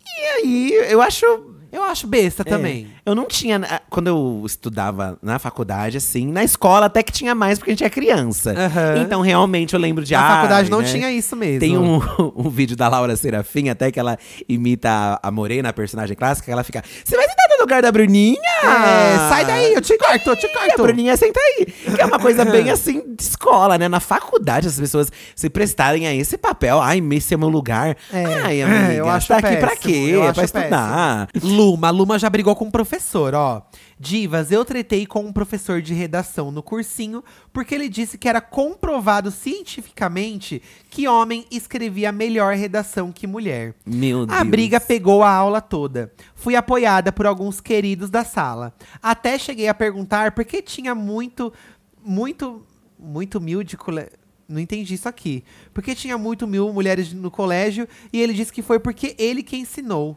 B: E aí, eu acho.
A: Eu acho
B: É.
A: besta também.
B: Eu não tinha. na- Quando eu estudava na faculdade, assim, na escola até que tinha mais, porque a gente é criança.
A: Aham.
B: Então, realmente, eu lembro de.
A: Na
B: ai,
A: faculdade não
B: né?
A: tinha isso mesmo.
B: Tem um, um vídeo da Laura Serafim, até que ela imita a Morena, a personagem clássica, que ela fica. Você vai sentar no lugar da Bruninha?
A: É, sai daí, eu te corto, eu te
B: E a
A: corto.
B: Bruninha senta aí. Que é uma coisa bem assim de escola, né? Na faculdade, as pessoas se prestarem a esse papel. Ai, esse é meu lugar.
A: É.
B: Ai, amiga,
A: É, eu acho
B: tá aqui pra
A: péssimo,
B: quê?
A: eu acho
B: Pra estudar.
A: Luma, Luma já brigou com um professor, ó. Divas, eu tretei com um professor de redação no cursinho porque ele disse que era comprovado cientificamente que homem escrevia melhor redação que mulher.
B: Meu Deus.
A: A briga pegou a aula toda. Fui apoiada por alguns queridos da sala. Até cheguei a perguntar por que tinha muito, muito, muito mil de cole... Não entendi isso aqui. Porque tinha muito mil mulheres no colégio e ele disse que foi porque ele que ensinou.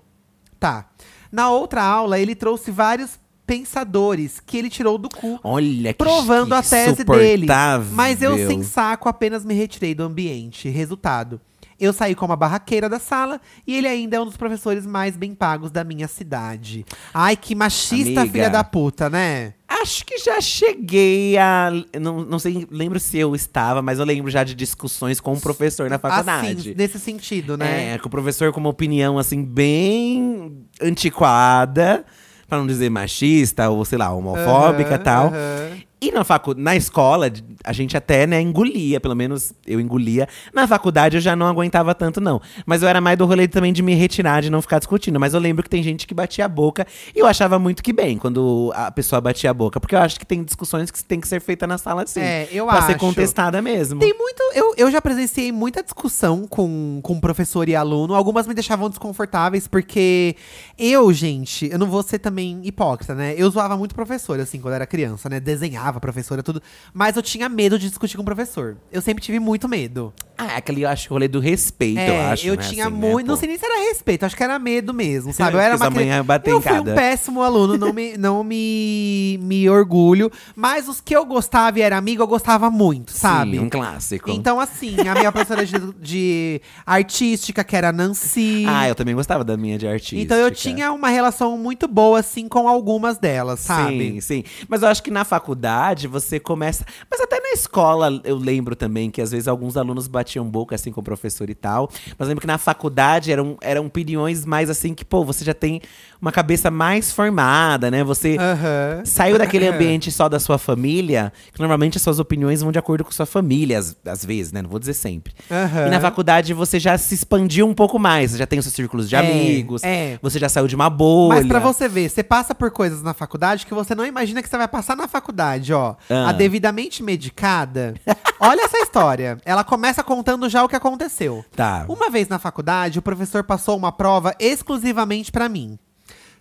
A: Tá. Na outra aula, ele trouxe vários pensadores que ele tirou do cu
B: Olha que
A: provando
B: que
A: a tese dele.
B: insuportável.
A: Mas eu, sem saco, apenas me retirei do ambiente. Resultado. Eu saí como a barraqueira da sala e ele ainda é um dos professores mais bem pagos da minha cidade. Ai, que machista,
B: Amiga.
A: filha da puta, né?
B: Acho que já cheguei a. Não, não sei, lembro se eu estava, mas eu lembro já de discussões com o professor na faculdade.
A: Assim, nesse sentido, né?
B: É, com o professor com uma opinião, assim, bem antiquada, pra não dizer machista ou, sei lá, homofóbica e
A: Aham,
B: tal.
A: aham.
B: E na, facu na escola, a gente até, né, engolia, pelo menos eu engolia. Na faculdade eu já não aguentava tanto, não. Mas eu era mais do rolê também de me retirar, de não ficar discutindo. Mas eu lembro que tem gente que batia a boca e eu achava muito que bem quando a pessoa batia a boca. Porque eu acho que tem discussões que tem que ser feita na sala, assim.
A: É, eu
B: pra ser
A: acho.
B: contestada mesmo.
A: Tem muito. Eu, eu já presenciei muita discussão com, com professor e aluno. Algumas me deixavam desconfortáveis, porque eu, gente, eu não vou ser também hipócrita, né? Eu zoava muito professor, assim, quando era criança, né? Desenhava professora, tudo. Mas eu tinha medo de discutir com o professor. Eu sempre tive muito medo.
B: Ah, aquele, eu acho, rolê do respeito,
A: é,
B: eu acho. né,
A: tinha
B: assim, né,
A: muito. não
B: pô. É,
A: sei nem se era respeito, acho que era medo mesmo, sabe? Eu era
B: Porque tá
A: uma
B: sua mãe
A: criança-
B: ia bater em
A: Eu fui
B: cada.
A: um péssimo aluno, não me, não me, me orgulho. Mas os que eu gostava e era amigo, eu gostava muito, sabe?
B: Sim, um clássico.
A: Então, assim, a minha professora de, de artística, que era a Nancy.
B: ah, eu também gostava da minha de artista.
A: então eu tinha uma relação muito boa, assim, com algumas delas, sabe?
B: Sim, sim. Mas eu acho que na faculdade você começa. Mas até na escola eu lembro também que às vezes alguns alunos batiam boca assim com o professor e tal. Mas eu lembro que na faculdade eram, eram opiniões mais assim que, pô, você já tem uma cabeça mais formada, né? Você
A: Ah. Aham.
B: saiu
A: É.
B: daquele ambiente só da sua família, que normalmente as suas opiniões vão de acordo com sua família, às, às vezes, né? Não vou dizer sempre.
A: Aham.
B: E na faculdade você já se expandiu um pouco mais, você já tem os seus círculos de
A: É,
B: amigos,
A: é.
B: você já saiu de uma bolha.
A: Mas pra você ver, você passa por coisas na faculdade que você não imagina que você vai passar na faculdade, ó.
B: Ah.
A: A devidamente medicada. Olha essa história. Ela começa contando já o que aconteceu.
B: Tá.
A: Uma vez na faculdade, o professor passou uma prova exclusivamente pra mim.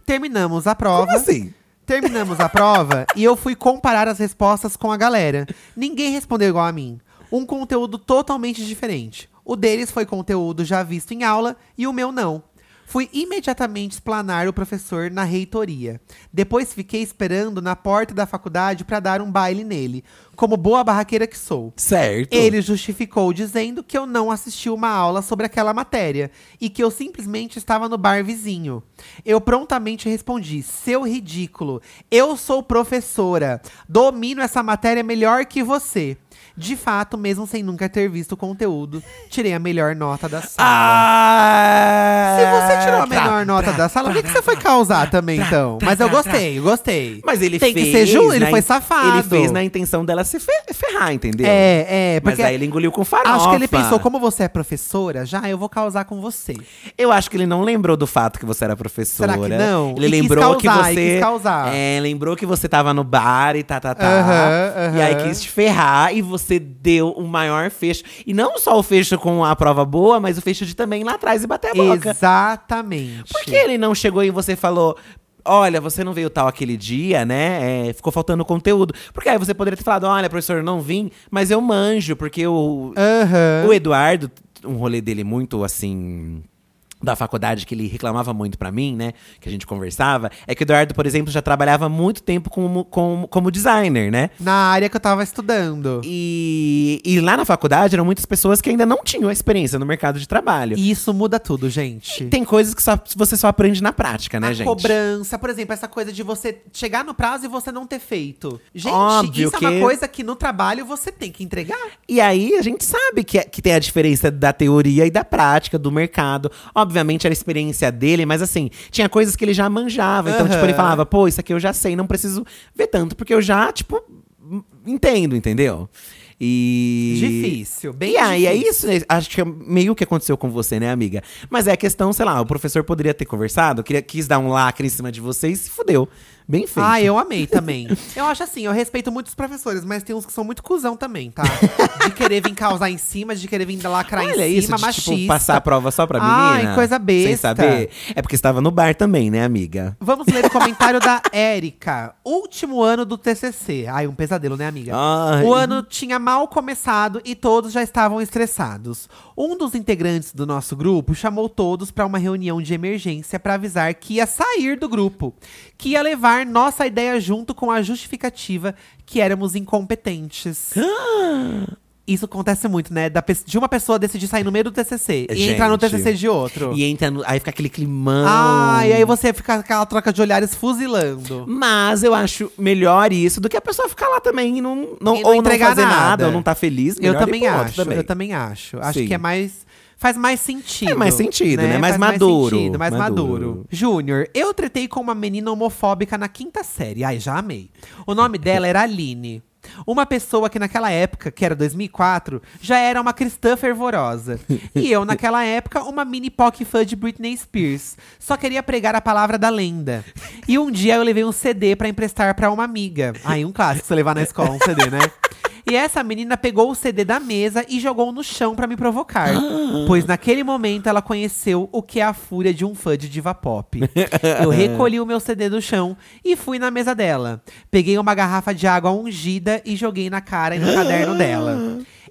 A: Terminamos a prova.
B: Como assim?
A: Terminamos a prova e eu fui comparar as respostas com a galera. Ninguém respondeu igual a mim. Um conteúdo totalmente diferente. O deles foi conteúdo já visto em aula e o meu não. Fui imediatamente explanar o professor na reitoria. Depois fiquei esperando na porta da faculdade pra dar um baile nele, como boa barraqueira que sou.
B: Certo.
A: Ele justificou dizendo que eu não assisti uma aula sobre aquela matéria e que eu simplesmente estava no bar vizinho. Eu prontamente respondi: seu ridículo, eu sou professora, domino essa matéria melhor que você. De fato, mesmo sem nunca ter visto o conteúdo, tirei a melhor nota da sala.
B: Ah!
A: Se você tirou a menor
B: Tá.
A: nota da sala, o que, que você foi causar também, então? Mas eu gostei, eu gostei.
B: Mas ele
A: Tem
B: fez.
A: que ser justo, ele
B: na
A: foi
B: in-
A: safado.
B: Ele fez na intenção dela se fe- ferrar, entendeu?
A: É, é,
B: Mas
A: porque
B: aí ele engoliu com farofa.
A: Acho que ele pensou, como você é professora, já eu vou causar com você.
B: Eu acho que ele não lembrou do fato que você era professora.
A: Será que não?
B: Ele
A: E quis
B: lembrou que
A: causar, e
B: você.
A: quis causar.
B: É, lembrou que você tava no bar e tá, tá, tá.
A: Aham,
B: E aí
A: aham.
B: quis te ferrar e você deu o maior fecho. E não só o fecho com a prova boa, mas o fecho de também ir lá atrás e bater a boca.
A: Exatamente.
B: Por que ele não chegou e você falou. Olha, você não veio tal aquele dia, né? É, ficou faltando conteúdo. Porque aí você poderia ter falado: olha, professor, eu não vim, mas eu manjo, porque o,
A: Aham.
B: o Eduardo, um rolê dele muito assim. Da faculdade que ele reclamava muito pra mim, né? Que a gente conversava, é que o Eduardo, por exemplo, já trabalhava muito tempo como, como, como designer, né?
A: Na área que eu tava estudando.
B: E, e lá na faculdade eram muitas pessoas que ainda não tinham experiência no mercado de trabalho.
A: E isso muda tudo, gente.
B: E tem coisas que só, você só aprende na prática, né,
A: a
B: gente?
A: cobrança, por exemplo, essa coisa de você chegar no prazo e você não ter feito. Gente,
B: Óbvio
A: isso
B: que-
A: é uma coisa que no trabalho você tem que entregar.
B: E aí a gente sabe que, é, que tem a diferença da teoria e da prática, do mercado. Obviamente era a experiência dele, mas assim, tinha coisas que ele já manjava. Então,
A: Aham.
B: tipo, ele falava, pô, isso aqui eu já sei, não preciso ver tanto, porque eu já, tipo, m- entendo, entendeu? E.
A: Difícil, bem
B: e aí, é
A: difícil.
B: isso, né? acho que é meio que aconteceu com você, né, amiga? Mas é a questão, sei lá, o professor poderia ter conversado, queria, quis dar um lacre em cima de você e se fudeu. Bem feito.
A: Ah, eu amei também. eu acho assim, eu respeito muito os professores, mas tem uns que são muito cuzão também, tá? De querer vir causar em cima, de querer vir lacrar em
B: Olha
A: cima,
B: isso, de,
A: machista.
B: tipo, passar a prova só pra
A: Ai,
B: menina.
A: coisa besta.
B: Sem saber. É porque estava no bar também, né, amiga?
A: Vamos ler o comentário da Érica. Último ano do TCC. Ai, um pesadelo, né, amiga?
B: Ai.
A: O ano tinha mal começado e todos já estavam estressados. Um dos integrantes do nosso grupo chamou todos para uma reunião de emergência para avisar que ia sair do grupo, que ia levar nossa ideia junto com a justificativa que éramos incompetentes. Isso acontece muito, né? Da pe- de uma pessoa decidir sair no meio do TCC e
B: Gente.
A: entrar no TCC de outro.
B: E entra no, aí fica aquele climão.
A: Ah, e aí você fica com aquela troca de olhares fuzilando.
B: Mas eu acho melhor isso do que a pessoa ficar lá também e não, não,
A: E não
B: ou não
A: entregar
B: fazer nada.
A: nada.
B: ou não tá feliz.
A: Eu
B: melhor ir
A: também
B: pro outro
A: acho, eu também acho. Acho
B: Sim.
A: que é mais. Faz mais sentido.
B: É mais sentido, né? Mais
A: Faz
B: maduro,
A: Mais, sentido, mais maduro.
B: maduro.
A: Júnior, eu tretei com uma menina homofóbica na quinta série. Ai, já amei. O nome dela era Aline. Uma pessoa que naquela época, que era 2004, já era uma cristã fervorosa. E eu, naquela época, uma mini poc fã de Britney Spears. Só queria pregar a palavra da lenda. E um dia eu levei um CD pra emprestar pra uma amiga. Aí, um clássico, você levar na escola um CD, né? E essa menina pegou o CD da mesa e jogou no chão pra me provocar. pois naquele momento ela conheceu o que é a fúria de um fã de diva pop. Eu recolhi o meu CD do chão e fui na mesa dela. Peguei uma garrafa de água ungida e joguei na cara e no caderno dela.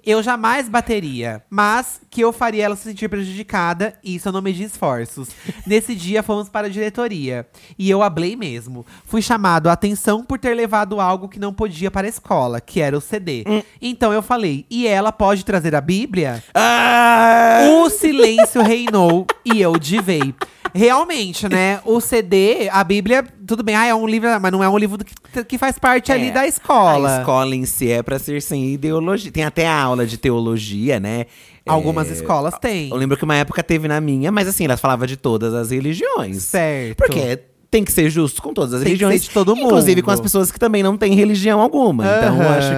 A: Eu jamais bateria, mas que eu faria ela se sentir prejudicada, isso eu não medi esforços. Nesse dia fomos para a diretoria e eu ablei mesmo. Fui chamado a atenção por ter levado algo que não podia para a escola, que era o CD.
B: Hum.
A: Então eu falei: "E ela pode trazer a Bíblia?"
B: Ah!
A: O silêncio reinou e eu divei. Realmente, né? O CD, a Bíblia, tudo bem, ah, é um livro, mas não é um livro do que, que faz parte ali
B: É,
A: da escola.
B: A escola em si é pra ser sem ideologia. Tem até a aula de teologia, né?
A: Algumas
B: É,
A: escolas têm.
B: Eu lembro que uma época teve na minha, mas assim, elas falavam de todas as religiões.
A: Certo.
B: Porque tem que ser justo com todas as
A: Então. Tem que
B: religiões.
A: ser de todo
B: Inclusive
A: mundo.
B: com as pessoas que também não têm religião alguma. Então eu
A: Aham,
B: acho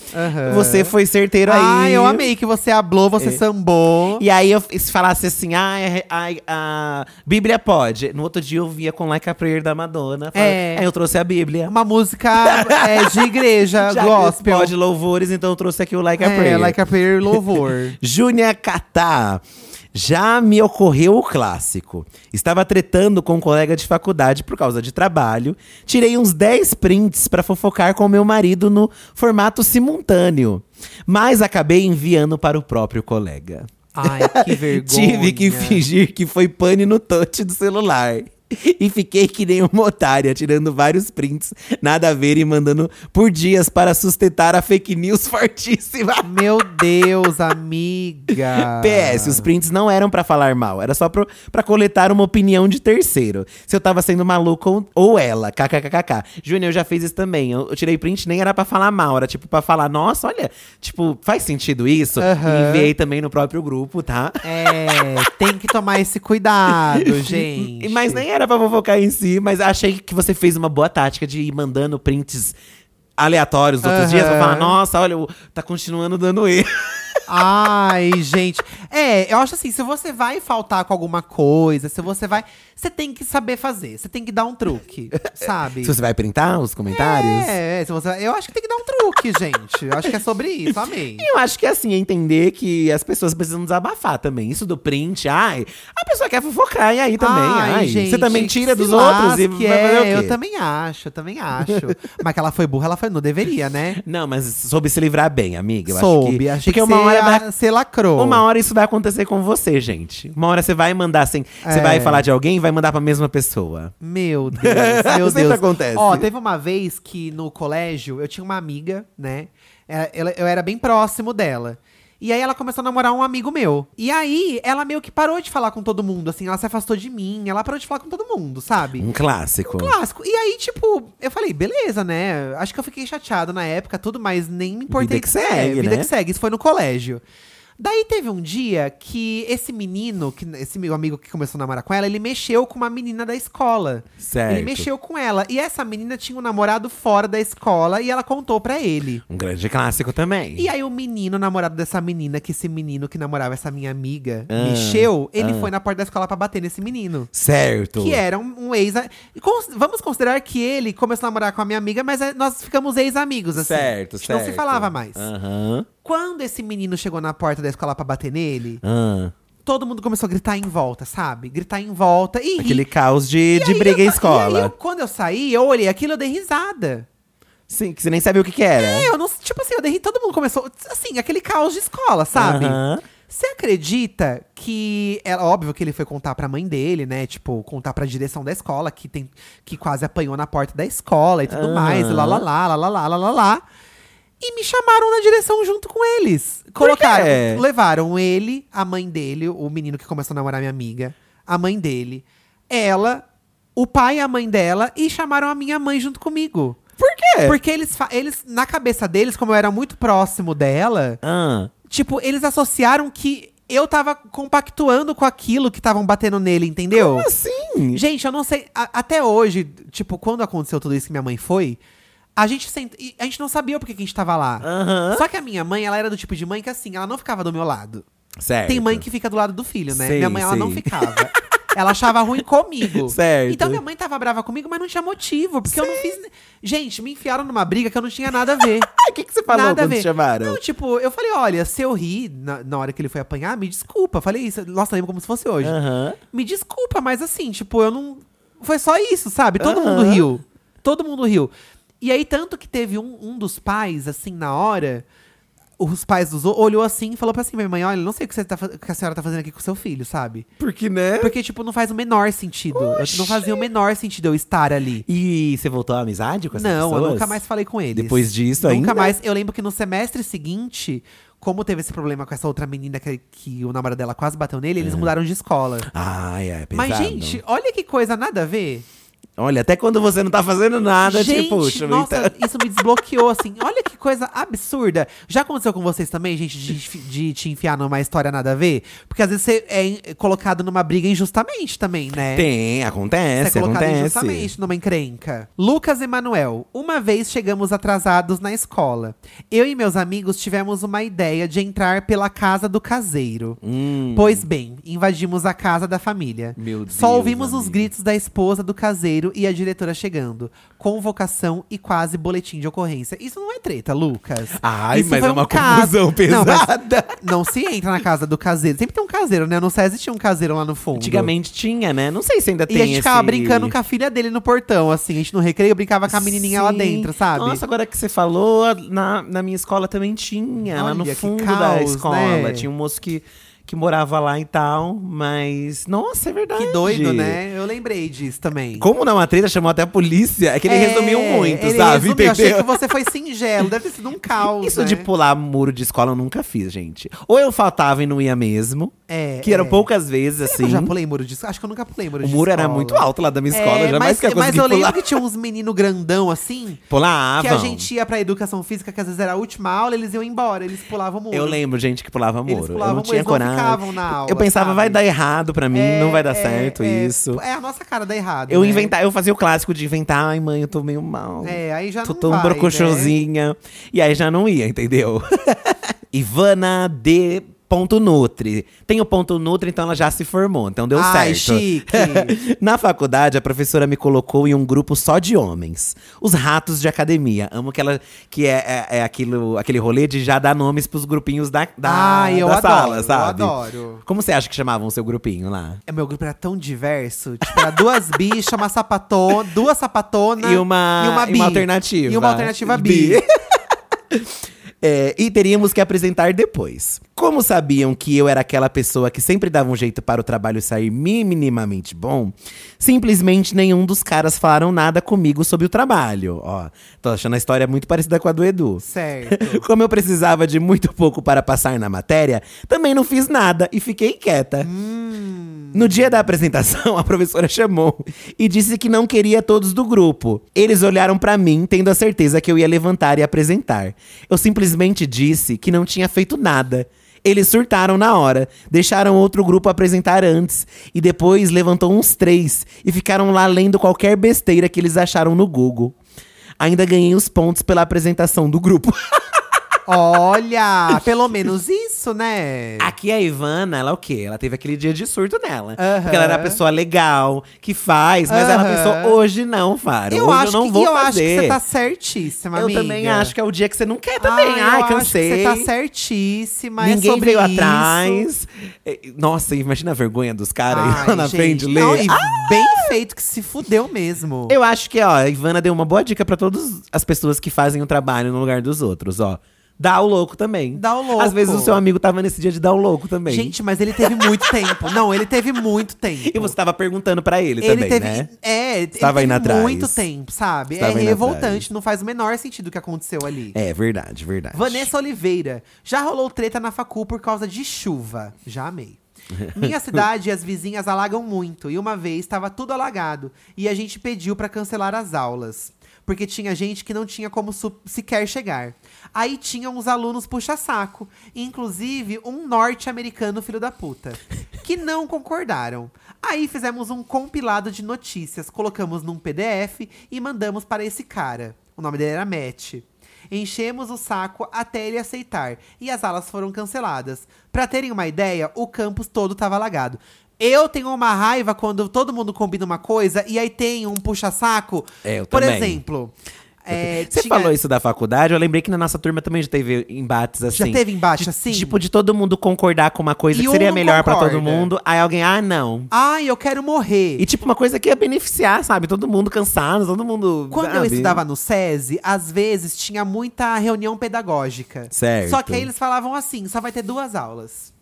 B: que
A: aham.
B: você foi certeiro aí.
A: Ah, eu amei que você ablou, você sambou.
B: E aí, eu, se falasse assim, ah, é- ai, a Bíblia pode. No outro dia, eu via com Like a Prayer da Madonna. falando,
A: É.
B: Aí eu trouxe a Bíblia.
A: Uma música é, de igreja,
B: Já que
A: gospel.
B: Pode louvores, então eu trouxe aqui o Like a
A: é,
B: Prayer.
A: like a prayer louvor.
B: Júnia Catá. Já me ocorreu o clássico. Estava tretando com um colega de faculdade por causa de trabalho. Tirei uns 10 prints para fofocar com meu marido no formato simultâneo. Mas acabei enviando para o próprio colega.
A: Ai, que vergonha.
B: Tive que fingir que foi pane no touch do celular. E fiquei que nem uma otária, tirando vários prints, nada a ver e mandando por dias para sustentar a fake news fortíssima.
A: Meu Deus, amiga.
B: PS, os prints não eram pra falar mal, era só pro, pra coletar uma opinião de terceiro. Se eu tava sendo maluco ou, ou ela, kkkk. Júnior, eu já fiz isso também. Eu, eu tirei print, nem era pra falar mal, era tipo pra falar, nossa, olha, tipo, faz sentido isso? E
A: Aham.
B: enviei também no próprio grupo, tá?
A: É, tem que tomar esse cuidado, gente.
B: E- Mas nem era pra fofocar em si, mas achei que você fez uma boa tática de ir mandando prints aleatórios outros
A: Aham.
B: dias pra falar, nossa, olha, o- tá continuando dando erro.
A: Ai, gente. É, eu acho assim, se você vai faltar com alguma coisa, se você vai. Você tem que saber fazer, você tem que dar um truque, sabe?
B: Se você vai printar os comentários.
A: É, é, se você, eu acho que tem que dar um truque. choque, gente. Eu acho que é sobre isso, amei.
B: E eu acho que assim, é entender que as pessoas precisam desabafar também. Isso do print, ai, a pessoa quer fofocar, e aí também, ai, você também tira
A: se
B: dos outros e
A: lasque,
B: vai fazer
A: é,
B: o quê?
A: Eu também acho, eu também acho. Mas que ela foi burra, ela foi, não deveria, né?
B: Não, mas soube se livrar bem, amiga. Eu acho
A: Soube,
B: que,
A: achei
B: porque
A: que
B: uma
A: você
B: hora vai
A: a- você lacrou.
B: Uma hora isso vai acontecer com você, gente. Uma hora você vai mandar assim. Você
A: É.
B: vai falar de alguém e vai mandar pra mesma pessoa.
A: Meu Deus, meu
B: Sempre
A: Deus.
B: acontece.
A: Ó, teve uma vez que no colégio eu tinha uma amiga, né? Ela- ela- eu era bem próximo dela. E aí ela começou a namorar um amigo meu. E aí ela meio que parou de falar com todo mundo, assim, ela se afastou de mim, ela parou de falar com todo mundo, sabe?
B: Um clássico.
A: Clássico. E aí, tipo, eu falei, beleza, né? Acho que eu fiquei chateado na época, tudo, mas nem me importei.
B: Vida que segue,
A: é, vida
B: né?
A: que segue. Isso foi no colégio. Daí teve um dia que esse menino, que esse meu amigo que começou a namorar com ela, ele mexeu com uma menina da escola.
B: Certo.
A: Ele mexeu com ela. E essa menina tinha um namorado fora da escola e ela contou pra ele.
B: Um grande clássico também.
A: E aí o menino, o namorado dessa menina, que esse menino que namorava essa minha amiga,
B: Ah,
A: mexeu, ele foi na porta da escola pra bater nesse menino.
B: Certo.
A: Que era um, um ex. e cons- vamos considerar que ele começou a namorar com a minha amiga, mas eh, nós ficamos ex-amigos, assim.
B: Certo,
A: a gente
B: certo. Ah.
A: Não se falava mais.
B: Aham.
A: Quando esse menino chegou na porta da escola pra bater nele,
B: ah.
A: todo mundo começou a gritar em volta, sabe? Gritar em volta e rir.
B: Aquele caos de,
A: E
B: de
A: aí
B: briga
A: eu-
B: em
A: E
B: escola.
A: aí, eu- quando eu saí, eu olhei aquilo e eu dei risada.
B: Sim, que você nem sabia o que, que era.
A: É, eu não. Tipo assim, eu dei Todo mundo começou. Assim, aquele caos de escola, sabe?
B: Aham.
A: Você acredita que. É óbvio que ele foi contar pra mãe dele, né? Tipo, contar pra direção da escola, que, tem, que quase apanhou na porta da escola e tudo
B: Aham.
A: mais. e Lá, lá, lá, lá, lá, lá, lá, lá, lá. E me chamaram na direção junto com eles.
B: quê?
A: Colocaram. Levaram ele, a mãe dele, o menino que começou a namorar minha amiga, a mãe dele, ela, o pai e a mãe dela, e chamaram a minha mãe junto comigo.
B: Por quê?
A: Porque eles, fa- eles, na cabeça deles, como eu era muito próximo dela,
B: Ah.
A: tipo, eles associaram que eu tava compactuando com aquilo que estavam batendo nele, entendeu?
B: Como assim?
A: Gente, eu não sei. a- até hoje, tipo, quando aconteceu tudo isso que minha mãe foi, a gente sent, e a gente não sabia por que que a gente tava lá.
B: Aham.
A: Só que a minha mãe, ela era do tipo de mãe que assim, ela não ficava do meu lado.
B: Certo.
A: Tem mãe que fica do lado do filho, né?
B: Sei,
A: minha mãe, ela não
B: sei.
A: ficava. Ela achava ruim comigo.
B: Certo.
A: Então minha mãe tava brava comigo, mas não tinha motivo, porque eu não fiz. ne- Gente, me enfiaram numa briga que eu não tinha nada a ver.
B: Ah, o que, que você falou
A: nada a
B: quando
A: ver.
B: te chamaram?
A: Não, tipo, eu falei, olha, se eu ri na, na hora que ele foi apanhar, me desculpa. Falei isso. Nossa, lembro como se fosse hoje.
B: Aham.
A: Me desculpa, mas assim, tipo, eu não. Foi só isso, sabe? Todo
B: Aham.
A: mundo riu. Todo mundo riu. E aí, tanto que teve um, um dos pais, assim, na hora, os pais dos outros olhou assim e falou pra assim, minha mãe, olha, não sei o que, você tá, fa- o que a senhora tá fazendo aqui com o seu filho, sabe?
B: Porque, né?
A: Porque, tipo, não faz o menor sentido. Eu- não fazia o menor sentido eu estar ali.
B: E você voltou à amizade com essas
A: Não,
B: pessoas?
A: eu nunca mais falei com eles.
B: Depois disso
A: nunca
B: ainda?
A: mais. Eu lembro que no semestre seguinte, como teve esse problema com essa outra menina que, que o namorado dela quase bateu nele, eles mudaram de escola.
B: Ah, é, pesado.
A: Mas, gente, olha que coisa nada a ver.
B: Olha, até quando você não tá fazendo nada,
A: gente,
B: tipo, puxa,
A: nossa,
B: então-
A: isso me desbloqueou, assim. Olha que coisa absurda. Já aconteceu com vocês também, gente, de, enfi- de te enfiar numa história nada a ver? Porque às vezes você é en- colocado numa briga injustamente também, né?
B: Tem,
A: Você é
B: acontece,
A: colocado
B: acontece.
A: injustamente numa encrenca. Lucas Emanuel, uma vez chegamos atrasados na escola. Eu e meus amigos tivemos uma ideia de entrar pela casa do caseiro.
B: Hum,
A: Pois bem, invadimos a casa da família.
B: Meu
A: Só
B: Deus,
A: ouvimos os
B: amigo.
A: gritos da esposa do caseiro e a diretora chegando. Convocação e quase boletim de ocorrência. Isso não é treta, Lucas.
B: Ai,
A: Isso
B: mas
A: foi um
B: é uma
A: caso-
B: confusão
A: Não, mas
B: pesada.
A: Não se entra na casa do caseiro. Sempre tem um caseiro, né? Não sei se tinha um caseiro lá no fundo.
B: Antigamente tinha, né? Não sei se ainda tem
A: E a gente
B: esse...
A: ficava brincando com a filha dele no portão, assim. A gente no recreio brincava com a menininha lá
B: Sim.
A: dentro, sabe?
B: Nossa, agora que você falou, a- na, na minha escola também tinha. lá no
A: Olha, que
B: fundo da
A: caos,
B: escola.
A: né?
B: Tinha um moço que, que morava lá e tal. Mas, nossa, é verdade.
A: que doido, né? Eu lembrei disso também.
B: Como não é uma treta, chamou até a polícia. É que ele
A: É,
B: resumiu muito,
A: ele
B: sabe?
A: resumiu. Achei que
B: Entendeu?
A: você foi singelo. Deve ter sido um caos,
B: Isso
A: né?
B: de pular muro de escola eu nunca fiz, gente. Ou eu faltava e não ia mesmo.
A: É,
B: Que eram
A: é.
B: poucas vezes,
A: Será que Eu
B: assim.
A: já pulei muro de escola. Acho que eu nunca pulei muro
B: O
A: de
B: muro era
A: escola.
B: muito alto lá da minha escola,
A: É,
B: jamais
A: mas,
B: que eu
A: mas
B: consegui
A: eu
B: pular. Ah,
A: lembro que tinha uns meninos grandão assim.
B: Pulava.
A: Que a gente ia pra educação física, que às vezes era a última aula, eles iam embora, eles pulavam o muro.
B: Eu lembro, gente, que pulava muro.
A: Eles pulavam
B: eu não
A: muro,
B: tinha
A: eles não
B: coragem.
A: ficavam na aula,
B: eu pensava,
A: sabe?
B: vai dar errado pra mim,
A: É,
B: não vai dar
A: é,
B: certo
A: é,
B: isso.
A: É a nossa cara da errada.
B: Eu
A: né?
B: inventar, eu fazia o clássico de inventar, ai mãe, eu tô meio mal.
A: É, aí já
B: Tô
A: não
B: tão
A: vai, né?
B: brocochosinha. E aí já não ia, entendeu? Ivana D. Ponto Nutri. Tem o ponto Nutri, então ela já se formou, então deu
A: Ai,
B: certo.
A: chique.
B: Na faculdade, a professora me colocou em um grupo só de homens. Os ratos de academia. Amo que ela que é, é, é aquilo, aquele rolê de já dar nomes pros grupinhos da, da,
A: Ai, Ah, eu
B: da
A: adoro,
B: sala, sabe?
A: eu adoro.
B: Como você acha que chamavam o seu grupinho lá?
A: É, Meu grupo era tão diverso. Tipo, era duas bichas, uma sapatona, duas sapatonas
B: E uma-
A: e uma,
B: e
A: bi.
B: uma alternativa.
A: E uma alternativa bi.
B: É, e teríamos que apresentar depois. Como sabiam que eu era aquela pessoa que sempre dava um jeito para o trabalho sair minimamente bom, simplesmente nenhum dos caras falaram nada comigo sobre o trabalho. Ó, tô achando a história muito parecida com a do Edu.
A: certo.
B: Como eu precisava de muito pouco para passar na matéria, também não fiz nada e fiquei quieta. No dia da apresentação, a professora chamou e disse que não queria todos do grupo. Eles olharam pra mim, tendo a certeza que eu ia levantar e apresentar. Eu simplesmente disse que não tinha feito nada. Eles surtaram na hora, deixaram outro grupo apresentar antes e depois levantou uns três e ficaram lá lendo qualquer besteira que eles acharam no Google. Ainda ganhei os pontos pela apresentação do grupo.
A: Olha, pelo menos isso, né?
B: Aqui a Ivana, ela é o quê? Ela teve aquele dia de surto dela.
A: Aham.
B: Porque ela era a pessoa legal, que faz, mas ela
A: Aham.
B: pensou, hoje não, Faro.
A: Eu
B: hoje
A: acho,
B: eu não
A: que,
B: vou
A: eu
B: fazer.
A: acho que você tá certíssima,
B: eu
A: amiga.
B: também acho que é o dia que você não quer
A: Ai,
B: também. Ai,
A: eu
B: cansei.
A: Acho que você tá certíssima.
B: Ninguém
A: é sobre
B: veio
A: isso.
B: atrás. É, Nossa, imagina a vergonha dos caras aí lá
A: Ai,
B: na
A: gente,
B: frente Ah!
A: não,
B: ler.
A: e Bem feito, que se fudeu mesmo.
B: Eu acho que, ó, a Ivana deu uma boa dica pra todas as pessoas que fazem o trabalho no lugar dos outros, ó. Dá o louco também.
A: Dá o louco.
B: Às vezes o seu amigo tava nesse dia de dar o louco também.
A: Gente, mas ele teve muito tempo. Não, ele teve muito tempo.
B: E você tava perguntando pra ele, também,
A: teve,
B: né?
A: É, ele
B: Estava
A: teve
B: indo atrás.
A: muito tempo, sabe?
B: Estava
A: é
B: indo
A: revoltante, não faz o menor sentido o que aconteceu ali.
B: É, verdade, verdade.
A: Vanessa Oliveira. Já rolou treta na facul por causa de chuva. Já amei. Minha cidade e as vizinhas alagam muito. E uma vez estava tudo alagado. E a gente pediu para cancelar as aulas. Porque tinha gente que não tinha como su- sequer chegar. Aí tinham uns alunos puxa-saco. Inclusive um norte-americano filho da puta. Que não concordaram. Aí fizemos um compilado de notícias. Colocamos num PDF e mandamos para esse cara. O nome dele era Matt. Enchemos o saco até ele aceitar. E as alas foram canceladas. Pra terem uma ideia, o campus todo tava alagado. Eu tenho uma raiva quando todo mundo combina uma coisa e aí tem um puxa-saco.
B: É, eu
A: Por
B: também.
A: exemplo. é,
B: Você
A: tinha-
B: falou isso da faculdade, eu lembrei que na nossa turma também já teve embates assim.
A: Já teve embate
B: De-
A: assim?
B: Tipo, de todo mundo concordar com uma coisa
A: E
B: que
A: um
B: seria
A: não
B: melhor pra todo
A: concorda.
B: mundo, aí alguém, ah, não.
A: Ai, eu quero morrer.
B: E tipo, uma coisa que ia beneficiar, sabe? Todo mundo cansado, todo mundo.
A: Quando eu
B: sabe?
A: estudava no SESI, às vezes tinha muita reunião pedagógica.
B: Certo.
A: Só que aí eles falavam assim: só vai ter duas aulas.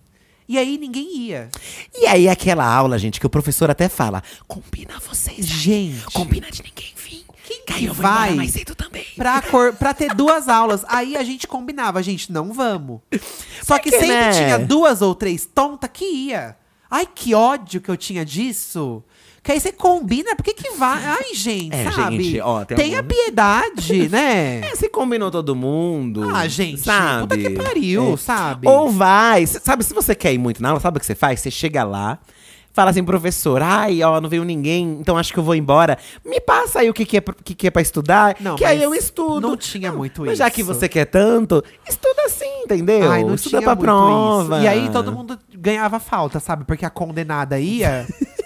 A: E aí ninguém ia.
B: E aí, aquela aula, gente, que o professor até fala: combina vocês. aí.
A: Gente.
B: Combina de ninguém vir.
A: Quem
B: que aí
A: que
B: eu vou embora
A: vai?
B: mais cedo também.
A: pra, cor, pra ter duas aulas. Aí a gente combinava, gente, não vamos. Só que
B: Porque,
A: sempre
B: né?
A: tinha duas ou três tonta que ia. Ai, que ódio que eu tinha disso. Que aí você combina, por que que vai? Ai, gente,
B: É,
A: sabe?
B: gente, ó, tem
A: Tenha
B: algum-
A: piedade, né?
B: É, se combinou todo mundo.
A: Ah, gente,
B: sabe? É.
A: puta que pariu, sabe?
B: Ou vai, cê- sabe, se você quer ir muito na aula, sabe o que você faz? Você chega lá, fala assim, professor, ai, ó, não veio ninguém, então acho que eu vou embora. Me passa aí o que, que, é, pra- que, que é pra estudar,
A: Não,
B: que aí
A: mas
B: eu estudo.
A: não tinha muito
B: mas Já que
A: isso.
B: você quer tanto, estuda assim, entendeu?
A: Ai, não
B: estuda
A: tinha
B: pra
A: muito
B: prova.
A: isso. E aí todo mundo ganhava falta, sabe? Porque a condenada ia.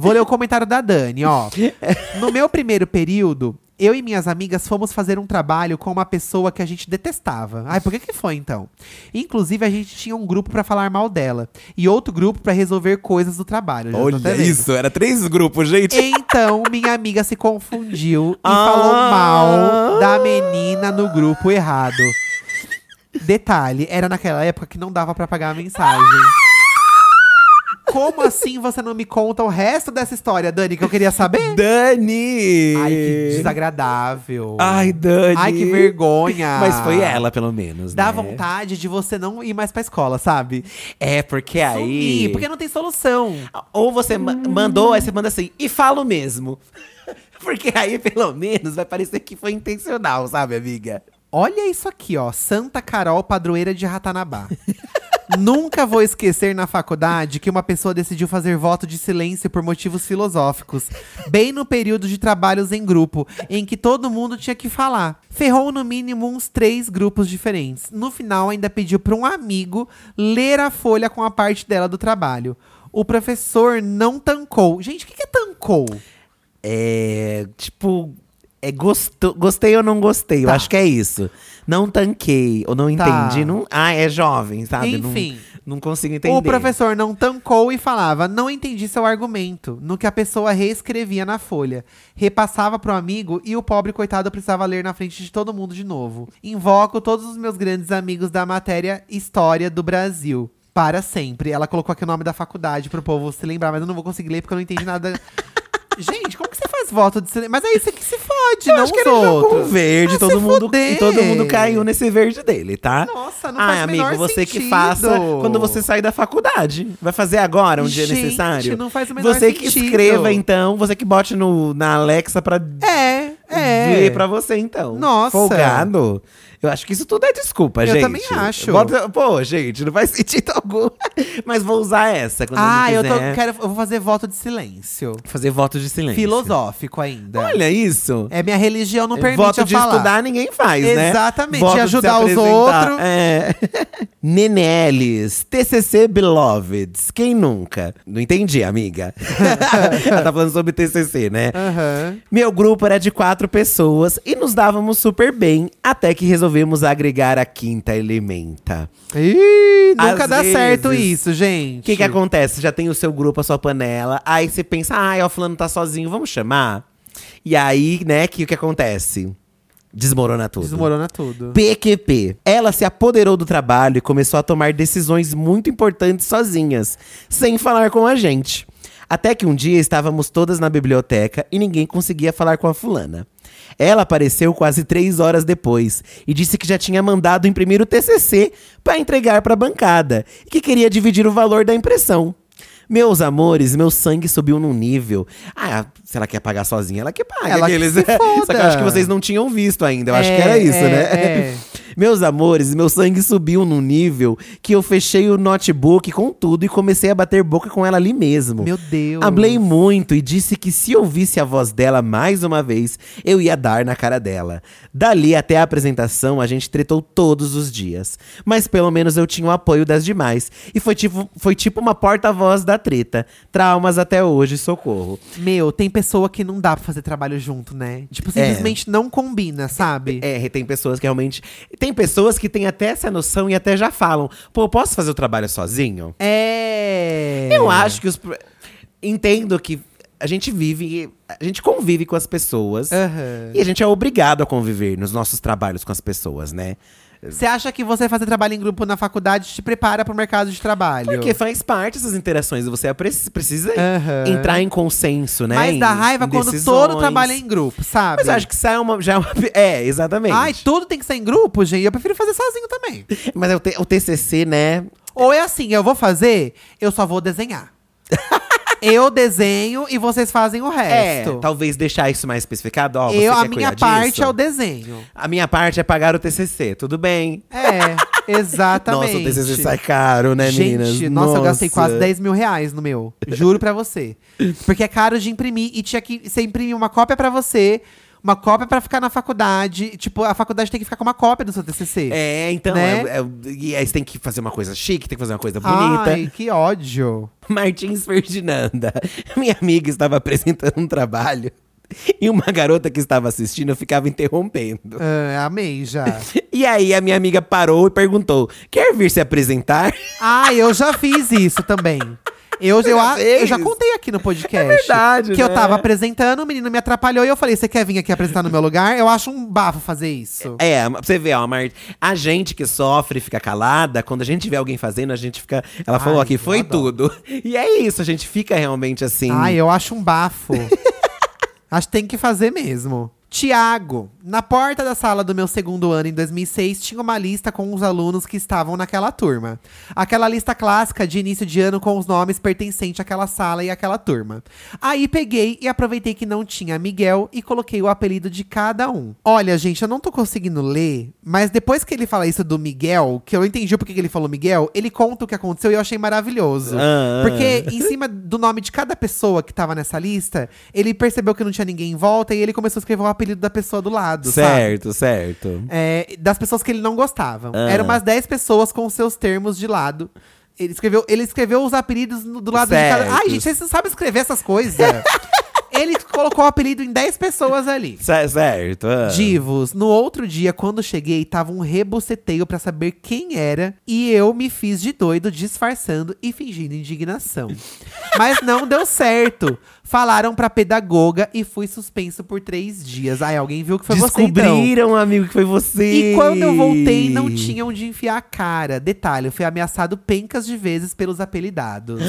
A: Vou ler o comentário da Dani, ó. No meu primeiro período, eu e minhas amigas fomos fazer um trabalho com uma pessoa que a gente detestava. Ai, por que que foi então? Inclusive a gente tinha um grupo pra falar mal dela e outro grupo pra resolver coisas do trabalho. Já tô até vendo.
B: era três grupos, gente.
A: Então, minha amiga se confundiu e
B: Ah.
A: falou mal da menina no grupo errado. Detalhe, era naquela época que não dava pra pagar a mensagem. Como assim você não me conta o resto dessa história, Dani, que eu queria saber?
B: Dani!
A: É. Ai, que desagradável.
B: Ai, Dani.
A: Ai, que vergonha.
B: Mas foi ela, pelo menos.
A: Dá
B: né?
A: vontade de você não ir mais pra escola, sabe?
B: É, porque aí.
A: Sumir, porque Hum. não tem solução.
B: Ou você ma- mandou, aí você manda assim, e falo mesmo. Porque aí, pelo menos, vai parecer que foi intencional, sabe, amiga?
A: Olha isso aqui, ó. Santa Carol, padroeira de Ratanabá. Nunca vou esquecer na faculdade que uma pessoa decidiu fazer voto de silêncio por motivos filosóficos, bem no período de trabalhos em grupo, em que todo mundo tinha que falar. Ferrou no mínimo uns três grupos diferentes. No final, ainda pediu para um amigo ler a folha com a parte dela do trabalho. O professor não tancou. Gente, o que, que é tancou?
B: É. Tipo. É gosto, gostei ou não gostei, eu
A: Tá.
B: acho que é isso. Não tanquei, ou não
A: Tá.
B: entendi. Não, ah, é jovem, sabe? Não-
A: Enfim.
B: Não, consigo entender.
A: O professor não tancou e falava, não entendi seu argumento, no que a pessoa reescrevia na folha. Repassava pro amigo e o pobre coitado precisava ler na frente de todo mundo de novo. Invoco todos os meus grandes amigos da matéria História do Brasil. Para sempre. Ela colocou aqui o nome da faculdade pro povo se lembrar, mas eu não vou conseguir ler porque eu não entendi nada. Gente, como que você faz voto de silêncio? Mas é isso que se fode, não
B: acho que
A: os
B: ele jogou um
A: outros.
B: verde,
A: Ah,
B: todo
A: se
B: mundo, e
A: fuder.
B: todo mundo caiu nesse verde dele, tá?
A: Nossa, não faz
B: Ah,
A: o menor
B: amigo, você que
A: sentido.
B: faça quando você sair da faculdade. Vai fazer agora, onde é
A: Gente,
B: necessário.
A: não faz o menor
B: você que
A: sentido.
B: escreva, então. Você que bote no, na Alexa pra
A: É, é.
B: ler pra você, então.
A: Nossa.
B: Folgado. Eu acho que isso tudo é desculpa,
A: Eu
B: gente.
A: também acho.
B: Bota- pô, gente, não faz sentido algum. Mas vou usar essa quando
A: Ah,
B: eu
A: eu,
B: quiser.
A: tô, quero, eu vou fazer voto de silêncio.
B: Fazer voto de silêncio.
A: Filosófico ainda.
B: Olha isso.
A: É, minha religião não permite
B: voto
A: eu
B: de
A: falar.
B: estudar ninguém faz, né?
A: Exatamente,
B: Voto
A: de
B: se
A: ajudar os
B: apresentar.
A: outros.
B: É. Nenelis, TCC Beloveds, quem nunca? Não entendi, amiga. Ela tá falando sobre TCC, né?
A: Aham.
B: Meu grupo era de quatro pessoas e nos dávamos super bem, até que resolvemos agregar a quinta elementa.
A: Ih, nunca
B: Às
A: dá
B: vezes-
A: certo isso, gente.
B: O que é que acontece? Já tem o seu grupo, a sua panela. Aí você pensa, ai, o fulano tá sozinho, vamos chamar? E aí, né, que o que acontece? Desmorona tudo.
A: Desmorona tudo.
B: PQP. Ela se apoderou do trabalho e começou a tomar decisões muito importantes sozinhas, sem falar com a gente. Até que um dia estávamos todas na biblioteca e ninguém conseguia falar com a fulana. Ela apareceu quase três horas depois e disse que já tinha mandado imprimir o TCC para entregar para a bancada e que queria dividir o valor da impressão. Meus amores, meu sangue subiu num nível. Ah, se ela quer pagar sozinha, ela que paga.
A: Ela que
B: Aqueles-
A: se foda.
B: Só que eu acho que vocês não tinham visto ainda. Eu acho
A: É,
B: que era isso,
A: é,
B: né?
A: é.
B: Meus amores, meu sangue subiu num nível que eu fechei o notebook com tudo e comecei a bater boca com ela ali mesmo.
A: Meu Deus.
B: Hablei muito e disse que se ouvisse a voz dela mais uma vez, eu ia dar na cara dela. Dali até a apresentação, a gente tretou todos os dias. Mas pelo menos eu tinha o apoio das demais. E foi tipo, foi tipo uma porta-voz da treta. Traumas até hoje, socorro.
A: Meu, tem pessoa que não dá pra fazer trabalho junto, né? Tipo, simplesmente não combina, sabe?
B: É, tem pessoas que realmente. Tem pessoas que têm até essa noção e até já falam: pô, eu posso fazer o trabalho sozinho?
A: É.
B: Eu acho que os. pro- Entendo que a gente vive. A gente convive com as pessoas.
A: Aham.
B: E a gente é obrigado a conviver nos nossos trabalhos com as pessoas, né?
A: Você acha que você fazer trabalho em grupo na faculdade te prepara pro mercado de trabalho?
B: Porque faz parte dessas interações. Você apreci- precisa
A: Aham.
B: entrar em consenso, né?
A: É. Mas dá
B: Em-
A: raiva
B: em
A: quando
B: decisões.
A: todo trabalho é em grupo, sabe?
B: Mas eu acho que sai uma. Já é, uma- é, exatamente.
A: Ai, tudo tem que ser em grupo, gente. Eu prefiro fazer sozinho também.
B: Mas é o, T- o TCC, né?
A: Ou é assim, eu vou fazer, eu só vou desenhar. eu desenho e vocês fazem o
B: É,
A: resto.
B: talvez deixar isso mais especificado. Ó, você
A: eu, a
B: quer
A: minha
B: cuidar
A: parte
B: disso?
A: é o desenho.
B: A minha parte é pagar o TCC, tudo bem.
A: É, exatamente.
B: Nossa, o TCC sai caro, né,
A: Gente,
B: meninas?
A: nossa, eu gastei quase 10 mil reais no meu. Juro pra você. Porque é caro de imprimir e tinha que. Você imprimir uma cópia pra você, uma cópia pra ficar na faculdade. Tipo, a faculdade tem que ficar com uma cópia do seu TCC.
B: É, então,
A: Né?
B: é- é- e aí você tem que fazer uma coisa chique, tem que fazer uma coisa bonita.
A: Ai, que ódio.
B: Martins Ferdinanda. Minha amiga estava apresentando um trabalho e uma garota que estava assistindo ficava interrompendo.
A: Ah, amei já.
B: E aí a minha amiga parou e perguntou: quer vir se apresentar?
A: Ah, eu já fiz isso também. Eu, eu,
B: já
A: eu
B: fez?
A: já contei aqui no podcast.
B: verdade,
A: Que eu
B: né?
A: tava apresentando, o menino me atrapalhou e eu falei: Você quer vir aqui apresentar no meu lugar? Eu acho um bafo fazer isso.
B: É, pra você vê, ó, Mar... a gente que sofre fica calada, quando a gente vê alguém fazendo, a gente fica. Ela falou
A: Ai,
B: aqui,
A: eu
B: foi
A: adoro.
B: tudo. E é isso, a gente fica realmente assim.
A: Ai, eu acho um bafo. acho que tem que fazer mesmo. Tiago, na porta da sala do meu segundo ano em 2006, tinha uma lista com os alunos que estavam naquela turma. Aquela lista clássica de início de ano com os nomes pertencentes àquela sala e àquela turma. Aí peguei e aproveitei que não tinha Miguel e coloquei o apelido de cada um. Olha, gente, eu não tô conseguindo ler, Mas depois que ele fala isso do Miguel, que eu não entendi porque que ele falou Miguel, ele conta o que aconteceu e eu achei maravilhoso.
B: Ah, ah.
A: Porque É, em cima do nome de cada pessoa que tava nessa lista, ele percebeu que não tinha ninguém em volta e ele começou a escrever o apelido da pessoa do lado, sabe?
B: Certo, certo.
A: É, das pessoas que ele não gostava.
B: Ah.
A: Eram umas 10 pessoas com seus termos de lado. Ele escreveu, ele escreveu os apelidos no- do lado de
B: Certo.
A: cada. Ai, gente, vocês não sabem escrever essas coisas. ele colocou o apelido em 10 pessoas ali.
B: Cer- certo. ah.
A: Divos, no outro dia, quando cheguei, tava um rebuceteio pra saber quem era e eu me fiz de doido, disfarçando e fingindo indignação. Mas não deu certo. Falaram pra pedagoga e fui suspenso por três dias. Ai, alguém viu que foi você então.
B: Descobriram, amigo, que foi você.
A: E quando eu voltei, não tinha onde enfiar a cara. Detalhe, eu fui ameaçado pencas de vezes pelos apelidados.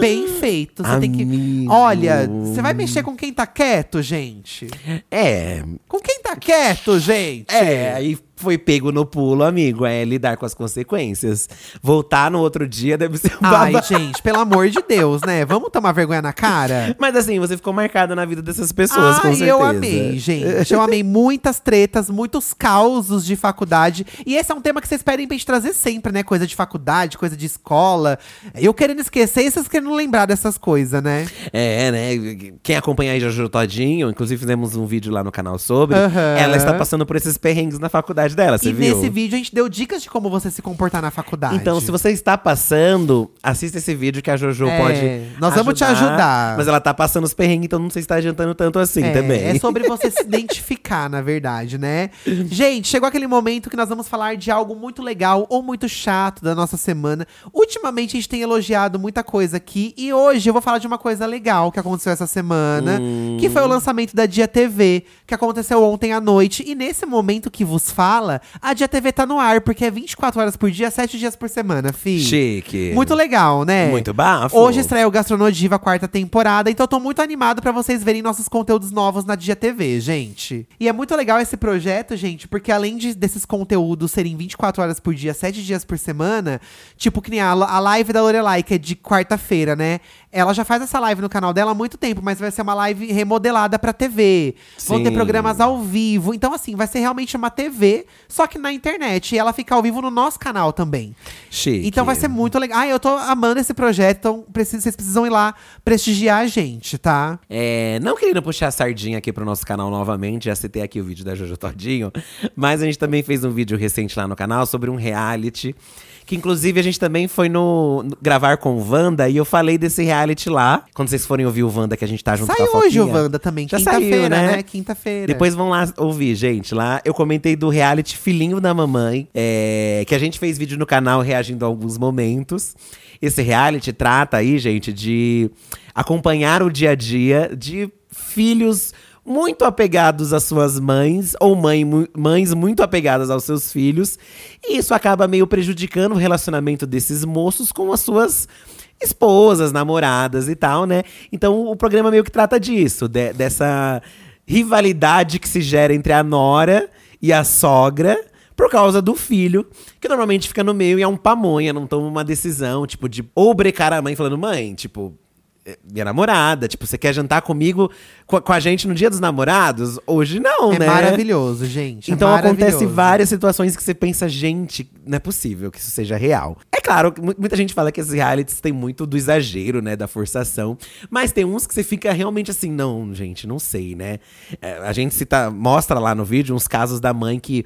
A: Bem feito. Você tem que.
B: Amigo.
A: Olha, você vai mexer com quem tá quieto, gente?
B: É,
A: Com quem tá quieto, gente?
B: é, aí foi pego no pulo, amigo. É lidar com as consequências. Voltar no outro dia deve ser um
A: Ai,
B: babado.
A: gente, pelo amor de Deus, né? Vamos tomar vergonha na cara?
B: Mas assim, você ficou marcada na vida dessas pessoas, com
A: Ai,
B: certeza.
A: eu amei, gente. Eu amei muitas tretas, muitos causos de faculdade. E esse é um tema que vocês pedem pra gente trazer sempre, né? Coisa de faculdade, coisa de escola. Eu querendo esquecer e vocês querendo lembrar dessas coisas, né?
B: É, né? Quem acompanha aí Jojo Todinho, inclusive fizemos um vídeo lá no canal sobre.
A: Aham.
B: Ela está passando por esses perrengues na faculdade dela, você
A: e
B: viu?
A: nesse vídeo a gente deu dicas de como você se comportar na faculdade.
B: Então, se você está passando, assista esse vídeo que a Jojo
A: É,
B: pode.
A: nós vamos te ajudar.
B: Mas ela tá passando os perrengues, então não sei se tá adiantando tanto assim
A: é,
B: também.
A: É sobre você se identificar, na verdade, né? Gente, chegou aquele momento que nós vamos falar de algo muito legal ou muito chato da nossa semana. Ultimamente a gente tem elogiado muita coisa aqui e hoje eu vou falar de uma coisa legal que aconteceu essa semana, que
B: Hum.
A: foi o lançamento da Dia TV, que aconteceu ontem à noite. E nesse momento que vos fala, a Dia TV tá no ar, porque é 24 horas por dia, 7 dias por semana, fi.
B: Chique.
A: Muito legal, né?
B: Muito bafo.
A: Hoje estreia o Gastronodiva, a quarta temporada, então eu tô muito animado pra vocês verem nossos conteúdos novos na Dia TV, gente. E é muito legal esse projeto, gente, porque além de- desses conteúdos serem 24 horas por dia, 7 dias por semana, tipo que nem a, a live da Lorelai, que é de quarta-feira, né? Ela já faz essa live no canal dela há muito tempo, mas vai ser uma live remodelada pra TV. Vão ter
B: Sim.
A: programas ao vivo. Então, assim, vai ser realmente uma TV, só que na internet. E ela fica ao vivo no nosso canal também.
B: Chique.
A: Então vai ser muito legal. Ah, eu tô amando esse projeto, então preci- vocês precisam ir lá prestigiar a gente, tá?
B: É, não querendo puxar a sardinha aqui pro nosso canal novamente, já citei aqui o vídeo da Jojo Todinho, mas a gente também fez um vídeo recente lá no canal sobre um reality. Que inclusive a gente também foi no, no- gravar com o Wanda e eu falei desse reality lá. Quando vocês forem ouvir o Wanda que a gente tá junto
A: Sai
B: com a
A: hoje o
B: Foquinha.
A: Wanda também,
B: Já
A: quinta-feira,
B: saiu,
A: né?
B: né?
A: Quinta-feira.
B: Depois vão lá ouvir, gente. Lá eu comentei do reality Filhinho da Mamãe, é, que a gente fez vídeo no canal reagindo a alguns momentos. Esse reality trata aí, gente, de acompanhar o dia a dia de filhos muito apegados às suas mães ou mãe, mu- mães muito apegadas aos seus filhos. E isso acaba meio prejudicando o relacionamento desses moços com as suas esposas, namoradas e tal, né? Então o programa meio que trata disso, de- dessa rivalidade que se gera entre a nora e a sogra por causa do filho, que normalmente fica no meio e é um pamonha, não toma uma decisão, tipo, de obrecar a mãe falando, mãe, tipo. é Minha namorada, tipo, você quer jantar comigo co- com a gente no dia dos namorados? Hoje não,
A: é
B: né?
A: maravilhoso, gente. é
B: Então acontece
A: maravilhoso.
B: várias situações que você pensa, gente, não é possível que isso seja real. É claro, que mu- muita gente fala que esses realities tem muito do exagero, né, da forçação, mas tem uns que você fica realmente assim, não, gente, não sei, né? É, a gente cita, mostra lá no vídeo uns casos da mãe que,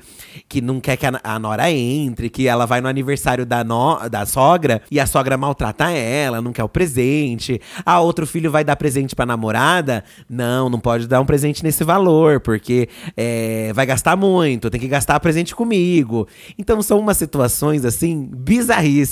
B: que não quer que a, a nora entre, que ela vai no aniversário da, no- da sogra e a sogra maltrata ela, não quer o presente. Ah, outro filho vai dar presente pra namorada? Não, não pode dar um presente nesse valor, porque é, vai gastar muito, tem que gastar presente comigo. Então são umas situações, assim, bizarríssimas.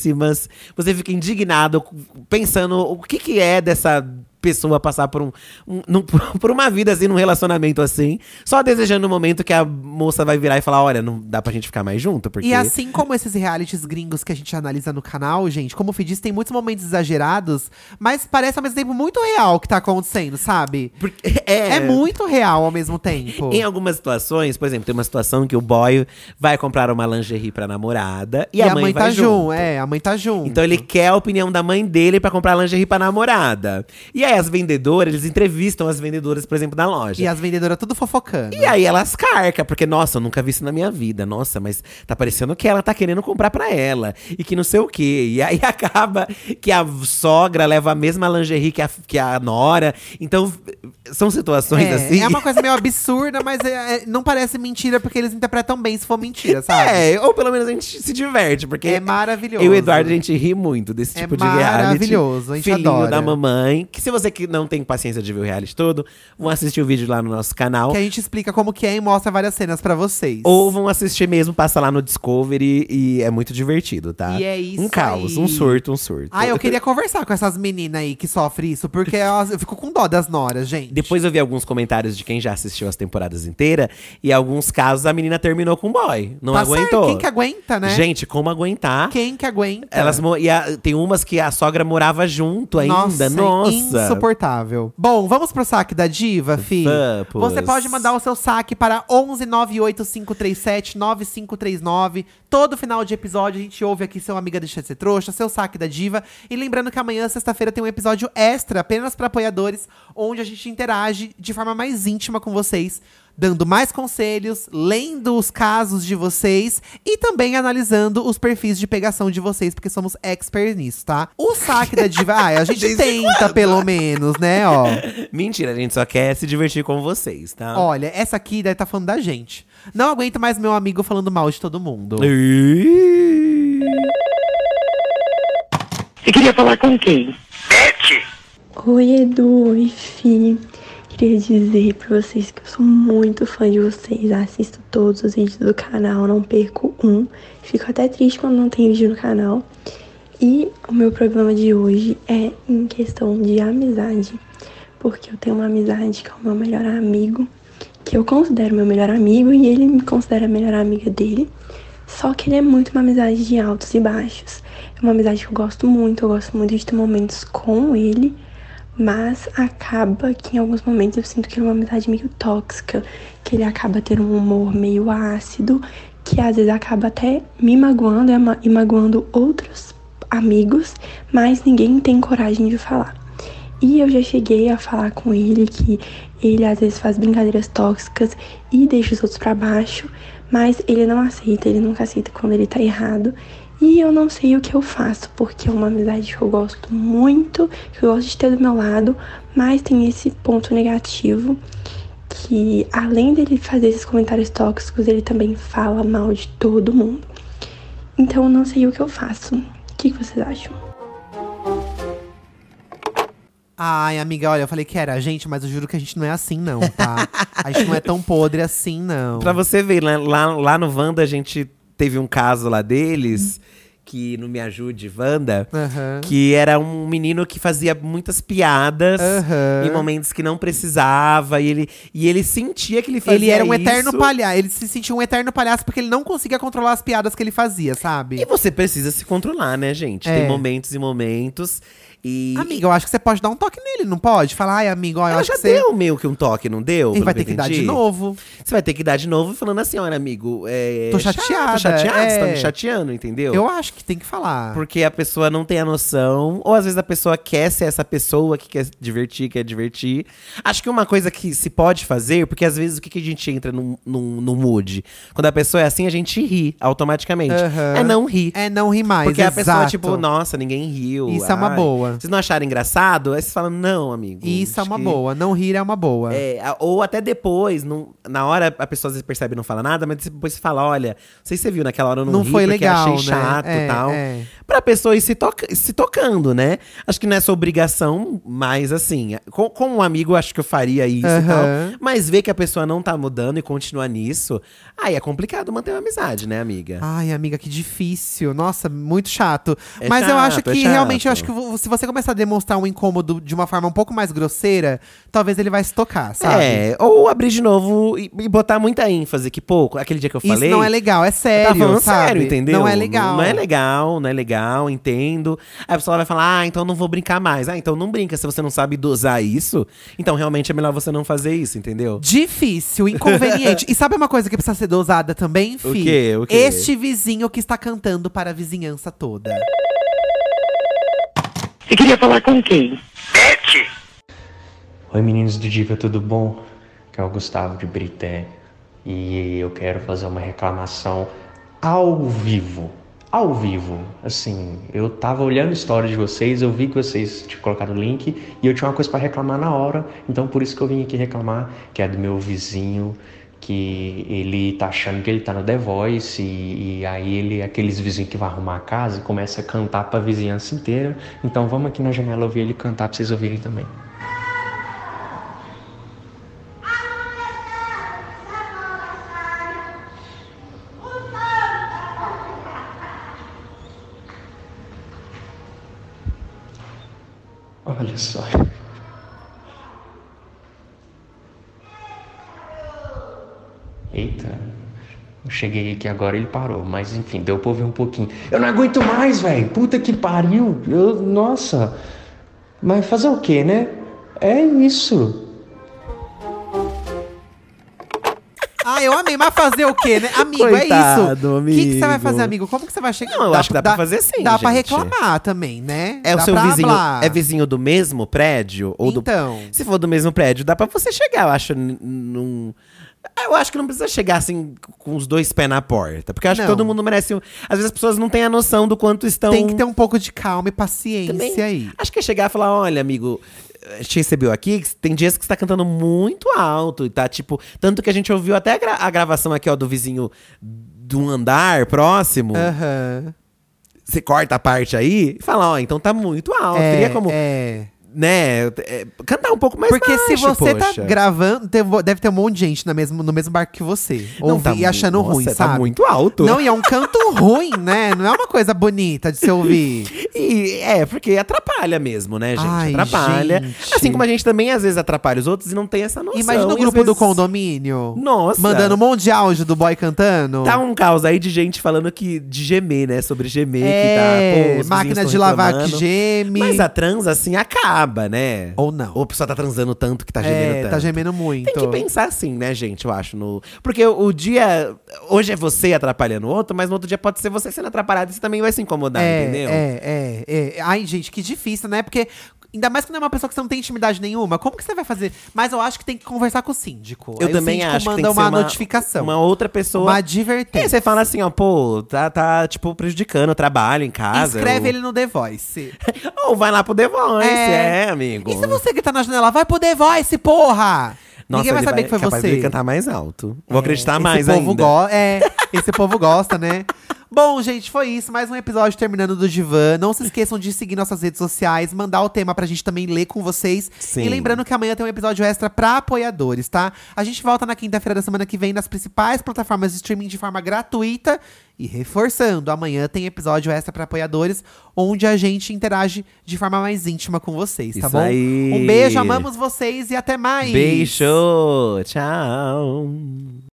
B: Você fica indignado pensando o que, que é dessa pessoa passar por um, um- num- por uma vida assim, num relacionamento assim, só desejando o momento que a moça vai virar e falar, olha, não dá pra gente ficar mais junto, porque
A: E assim como esses realities gringos que a gente analisa no canal, gente, como o Fidis tem muitos momentos exagerados, mas parece ao mesmo tempo muito real o que tá acontecendo, sabe?
B: porque-
A: É, muito real ao mesmo tempo.
B: Em algumas situações, por exemplo, tem uma situação que o boy vai comprar uma lingerie pra namorada e, a, mãe
A: tá
B: vai junto.
A: é, a mãe tá junto.
B: Então ele quer a opinião da mãe dele pra comprar lingerie pra namorada. E aí as vendedoras, eles entrevistam as vendedoras, por exemplo, da loja.
A: E as vendedoras tudo fofocando.
B: E aí elas carcam, porque Porque, nossa, eu nunca vi isso na minha vida. Nossa, mas tá parecendo que ela tá querendo comprar pra ela. E que não sei o quê. E aí acaba que a sogra leva a mesma lingerie que a, que a nora. Então, são situações
A: É,
B: assim.
A: é uma coisa meio absurda, mas é- é- não parece mentira, porque eles interpretam bem se for mentira, sabe?
B: É, ou pelo menos a gente se diverte, porque
A: É maravilhoso.
B: Eu e o Eduardo, a gente ri muito desse
A: É
B: tipo de reality.
A: maravilhoso, a gente
B: Filho
A: adora.
B: da mamãe. Que se você que não tem paciência de ver o reality todo, vão assistir o vídeo lá no nosso canal.
A: Que a gente explica como que é e mostra várias cenas pra vocês.
B: Ou vão assistir mesmo, passa lá no Discovery e é muito divertido, tá?
A: E é isso
B: Um caos,
A: aí.
B: um surto, um surto.
A: Ah, eu queria conversar com essas meninas aí que sofrem isso, porque elas- eu fico com dó das noras, gente.
B: Depois eu vi alguns comentários de quem já assistiu as temporadas inteiras. E em alguns casos a menina terminou com o boy. Não
A: Tá
B: aguentou.
A: certo, Quem que aguenta, né?
B: Gente, como aguentar?
A: Quem que aguenta?
B: Elas mo- e a- tem umas que a sogra morava junto ainda.
A: Nossa, é
B: Nossa.
A: insuportável. Bom, vamos pro saque da diva, fi?
B: Vamos.
A: Você pode mandar o seu saque para 11 98537 9539. Todo final de episódio a gente ouve aqui seu Amiga Deixa de Ser Trouxa, seu saque da diva. E lembrando que amanhã, sexta-feira, tem um episódio extra apenas para apoiadores, onde a gente interage de forma mais íntima com vocês. Dando mais conselhos, lendo os casos de vocês e também analisando os perfis de pegação de vocês, porque somos experts nisso, tá? O saque da diva. Ah, a gente tenta, pelo menos, né, ó.
B: Mentira, a gente só quer se divertir com vocês, tá?
A: Olha, essa aqui deve tá falando da gente. Não aguento mais meu amigo falando mal de todo mundo.
B: Ih.
C: Você queria falar com quem?
D: Oi, Edu, oi, Fih. Queria dizer pra vocês que eu sou muito fã de vocês. Assisto todos os vídeos do canal, não perco um. Fico até triste quando não tem vídeo no canal. E o meu programa de hoje é em questão de amizade, porque eu tenho uma amizade que é o meu melhor amigo, que eu considero meu melhor amigo e ele me considera a melhor amiga dele. Só que ele é muito uma amizade de altos e baixos. É uma amizade que eu gosto muito, eu gosto muito de ter momentos com ele, mas acaba que em alguns momentos eu sinto que ele é uma amizade meio tóxica, que ele acaba tendo um humor meio ácido, que às vezes acaba até me magoando e ma- e magoando outros amigos, mas ninguém tem coragem de falar. E eu já cheguei a falar com ele que ele às vezes faz brincadeiras tóxicas e deixa os outros pra baixo, mas ele não aceita, ele nunca aceita quando ele tá errado. E eu não sei o que eu faço, porque é uma amizade que eu gosto muito, que eu gosto de ter do meu lado, mas tem esse ponto negativo que além dele fazer esses comentários tóxicos, ele também fala mal de todo mundo. Então eu não sei o que eu faço. O que que vocês acham?
A: Ai, amiga, olha, eu falei que era a gente, mas eu juro que a gente não é assim, não, tá? a gente não é tão podre assim, não.
B: Pra você ver, lá, lá, lá no Wanda a gente teve um caso lá deles, que não me ajude, Wanda.
A: Aham.
B: Que era um menino que fazia muitas piadas
A: Aham.
B: em momentos que não precisava. E ele, e ele sentia que ele fazia
A: Ele era um eterno
B: isso.
A: palhaço. Ele se sentia um eterno palhaço porque ele não conseguia controlar as piadas que ele fazia, sabe?
B: E você precisa se controlar, né, gente?
A: É.
B: Tem momentos e momentos. E
A: Amiga, eu acho que você pode dar um toque nele, não pode? Falar, ai, amigo, ó, eu
B: ela
A: acho
B: já
A: que você.
B: deu meio que um toque, não deu?
A: Ele
B: Pelo
A: vai
B: eu
A: ter que dar de
B: entendi.
A: novo.
B: Você vai ter que dar de novo falando assim, olha, amigo, é.
A: Tô
B: chato,
A: chateada,
B: Tô chateado, você tá
A: é.
B: me chateando, entendeu?
A: Eu acho que tem que falar.
B: Porque a pessoa não tem a noção, ou às vezes a pessoa quer ser essa pessoa que quer divertir, quer divertir. Acho que uma coisa que se pode fazer, porque às vezes o que, que a gente entra num, num, num mood? Quando a pessoa é assim, a gente ri automaticamente.
A: Aham.
B: É não rir.
A: É não rir mais.
B: Porque a pessoa,
A: exato.
B: tipo, nossa, ninguém riu.
A: Isso é uma
B: ai.
A: boa.
B: Vocês não acharam engraçado? Aí vocês falam, não, amigo.
A: Isso é
B: acho
A: uma
B: que-
A: boa. Não rir é uma boa.
B: é, a- ou até depois, não- na hora a pessoa às vezes percebe e não fala nada, mas depois você fala: olha, não sei se você viu naquela hora, eu não,
A: Não
B: ri
A: foi
B: porque
A: legal,
B: achei
A: né?
B: chato
A: É,
B: e tal.
A: é.
B: Pra pessoa ir se, toca- se tocando, né? Acho que não é sua obrigação, mas assim, com, com um amigo eu acho que eu faria isso e tal.
A: Aham.
B: Mas ver que a pessoa não tá mudando e continua nisso, aí é complicado manter uma amizade, né, amiga?
A: Ai, amiga, que difícil. Nossa, muito chato.
B: É
A: Mas eu acho
B: chato,
A: que
B: é
A: realmente, eu acho
B: chato.
A: que vo- se você começar a demonstrar um incômodo de uma forma um pouco mais grosseira, talvez ele vai se tocar, sabe?
B: É, ou abrir de novo e, e botar muita ênfase, que pouco, aquele dia que eu
A: Isso
B: falei.
A: não é legal, é
B: Eu
A: sério.
B: tava tá falando
A: sabe?
B: sério, entendeu?
A: Não é legal.
B: Não, é legal, não é legal, entendo. Aí a pessoa vai falar, ah, então não vou brincar mais. Ah, então não brinca se você não sabe dosar isso. Então realmente é melhor você não fazer isso, entendeu?
A: Difícil, inconveniente. e sabe uma coisa que precisa ser dosada também, fi?
B: quê? O quê?
A: Este vizinho que está cantando para a vizinhança toda.
C: Você queria falar com quem?
E: Oi meninos do Diva, tudo bom? Aqui é o Gustavo de Brité. e eu quero fazer uma reclamação ao vivo. Ao vivo. Assim, eu tava olhando história de vocês, eu vi que vocês te colocaram o link e eu tinha uma coisa para reclamar na hora, então por isso que eu vim aqui reclamar, que é do meu vizinho, que ele tá achando que ele tá no The Voice e, e aí ele, é aqueles vizinhos que vai arrumar a casa e começa a cantar pra vizinhança inteira. Então vamos aqui na janela ouvir ele cantar pra vocês ouvirem também. Olha só. Eita. Eu cheguei aqui agora ele parou, mas enfim, deu pra ouvir um pouquinho. Eu não aguento mais, velho. Puta que pariu. Eu, nossa. Mas fazer o quê, né? É isso.
A: Ah, eu amei, mas fazer o quê, né? Amigo, é isso.
B: Coitado,
A: O que que você vai
B: amigo.
A: fazer, amigo? Como que você vai chegar?
B: Não, eu acho que dá pra fazer sim,
A: Dá pra
B: gente.
A: reclamar também, né?
B: É o
A: Dá
B: seu
A: pra
B: vizinho.
A: hablar.
B: É vizinho do mesmo prédio? Ou
A: Então.
B: do. Se for do mesmo prédio, dá pra você chegar, eu acho. n- Num... Eu acho que não precisa chegar assim com os dois pés na porta. Porque eu acho que
A: Não.
B: todo mundo merece. um- Às vezes as pessoas não têm a noção do quanto estão.
A: Tem que ter um pouco de calma e paciência
B: Também.
A: aí.
B: Acho que é chegar e falar: olha, amigo, a gente recebeu aqui, que tem dias que você tá cantando muito alto e tá tipo. Tanto que a gente ouviu até a, gra- a gravação aqui, ó, do vizinho de um andar próximo.
A: É. Aham.
B: Você corta a parte aí e fala: ó, então tá muito alto.
A: É,
B: Teria como.
A: é.
B: Né? é, cantar um pouco mais
A: Porque se
B: baixo,
A: você tá
B: poxa.
A: gravando, tem- deve ter um monte de gente na mesmo, no mesmo barco que você.
B: Não,
A: Ouvi,
B: tá
A: e achando
B: mu-
A: ruim,
B: nossa,
A: sabe?
B: Tá muito alto.
A: Não, e é um canto ruim, né? Não é uma coisa bonita de se ouvir.
B: E é, porque atrapalha mesmo, né, gente?
A: Ai,
B: atrapalha.
A: gente.
B: Assim como a gente também às vezes atrapalha os outros e não tem essa noção.
A: Imagina
B: E,
A: o
B: às
A: grupo do
B: vezes,
A: condomínio.
B: Nossa.
A: Mandando um monte de áudio do boy cantando.
B: Tá um caos aí de gente falando que de gemer, né? Sobre gemer, que tá.
A: é,
B: pô, os
A: máquina
B: vizinhos
A: de
B: tão
A: lavar que
B: reclamando.
A: geme.
B: Mas a trans, assim, acaba, né?
A: Ou não.
B: Ou a pessoa tá transando tanto que tá gemendo
A: é,
B: tanto.
A: tá gemendo muito.
B: Tem que pensar assim, né, gente? Eu acho. No... Porque o dia. Hoje é você atrapalhando o outro, mas no outro dia pode ser você sendo atrapalhado e você também vai se incomodar,
A: é,
B: entendeu?
A: é, é, é. Ai, gente, que difícil, né? Porque ainda mais quando é uma pessoa que você não tem intimidade nenhuma, como que você vai fazer? Mas eu acho que tem que conversar com o síndico.
B: Eu
A: Aí o
B: também
A: síndico
B: acho que
A: manda
B: tem que ser
A: uma,
B: uma
A: notificação,
B: Uma outra pessoa.
A: uma
B: E aí
A: advertência.
B: você fala assim, ó, pô, tá, tá tipo, prejudicando o trabalho em casa.
A: Escreve
B: ou...
A: ele no The Voice.
B: Ou vai lá pro The Voice,
A: É.
B: é, amigo.
A: E se você que tá na janela, vai pro The Voice, porra!
B: Nossa,
A: Ninguém vai
B: ele
A: saber que foi
B: capaz dele
A: você. É,
B: cantar mais alto. Vou acreditar
A: esse
B: mais
A: povo
B: ainda.
A: go- é, esse povo gosta, né? Bom, gente, foi isso. Mais um episódio terminando do Divã. Não se esqueçam de seguir nossas redes sociais, mandar o tema pra gente também ler com vocês.
B: Sim.
A: E lembrando que amanhã tem um episódio extra pra apoiadores, tá? A gente volta na quinta-feira da semana que vem nas principais plataformas de streaming de forma gratuita. E reforçando, amanhã tem episódio extra pra apoiadores, onde a gente interage de forma mais íntima com vocês, tá
B: Isso
A: bom?
B: aí.
A: Um beijo, amamos vocês e até mais!
B: Beijo, tchau.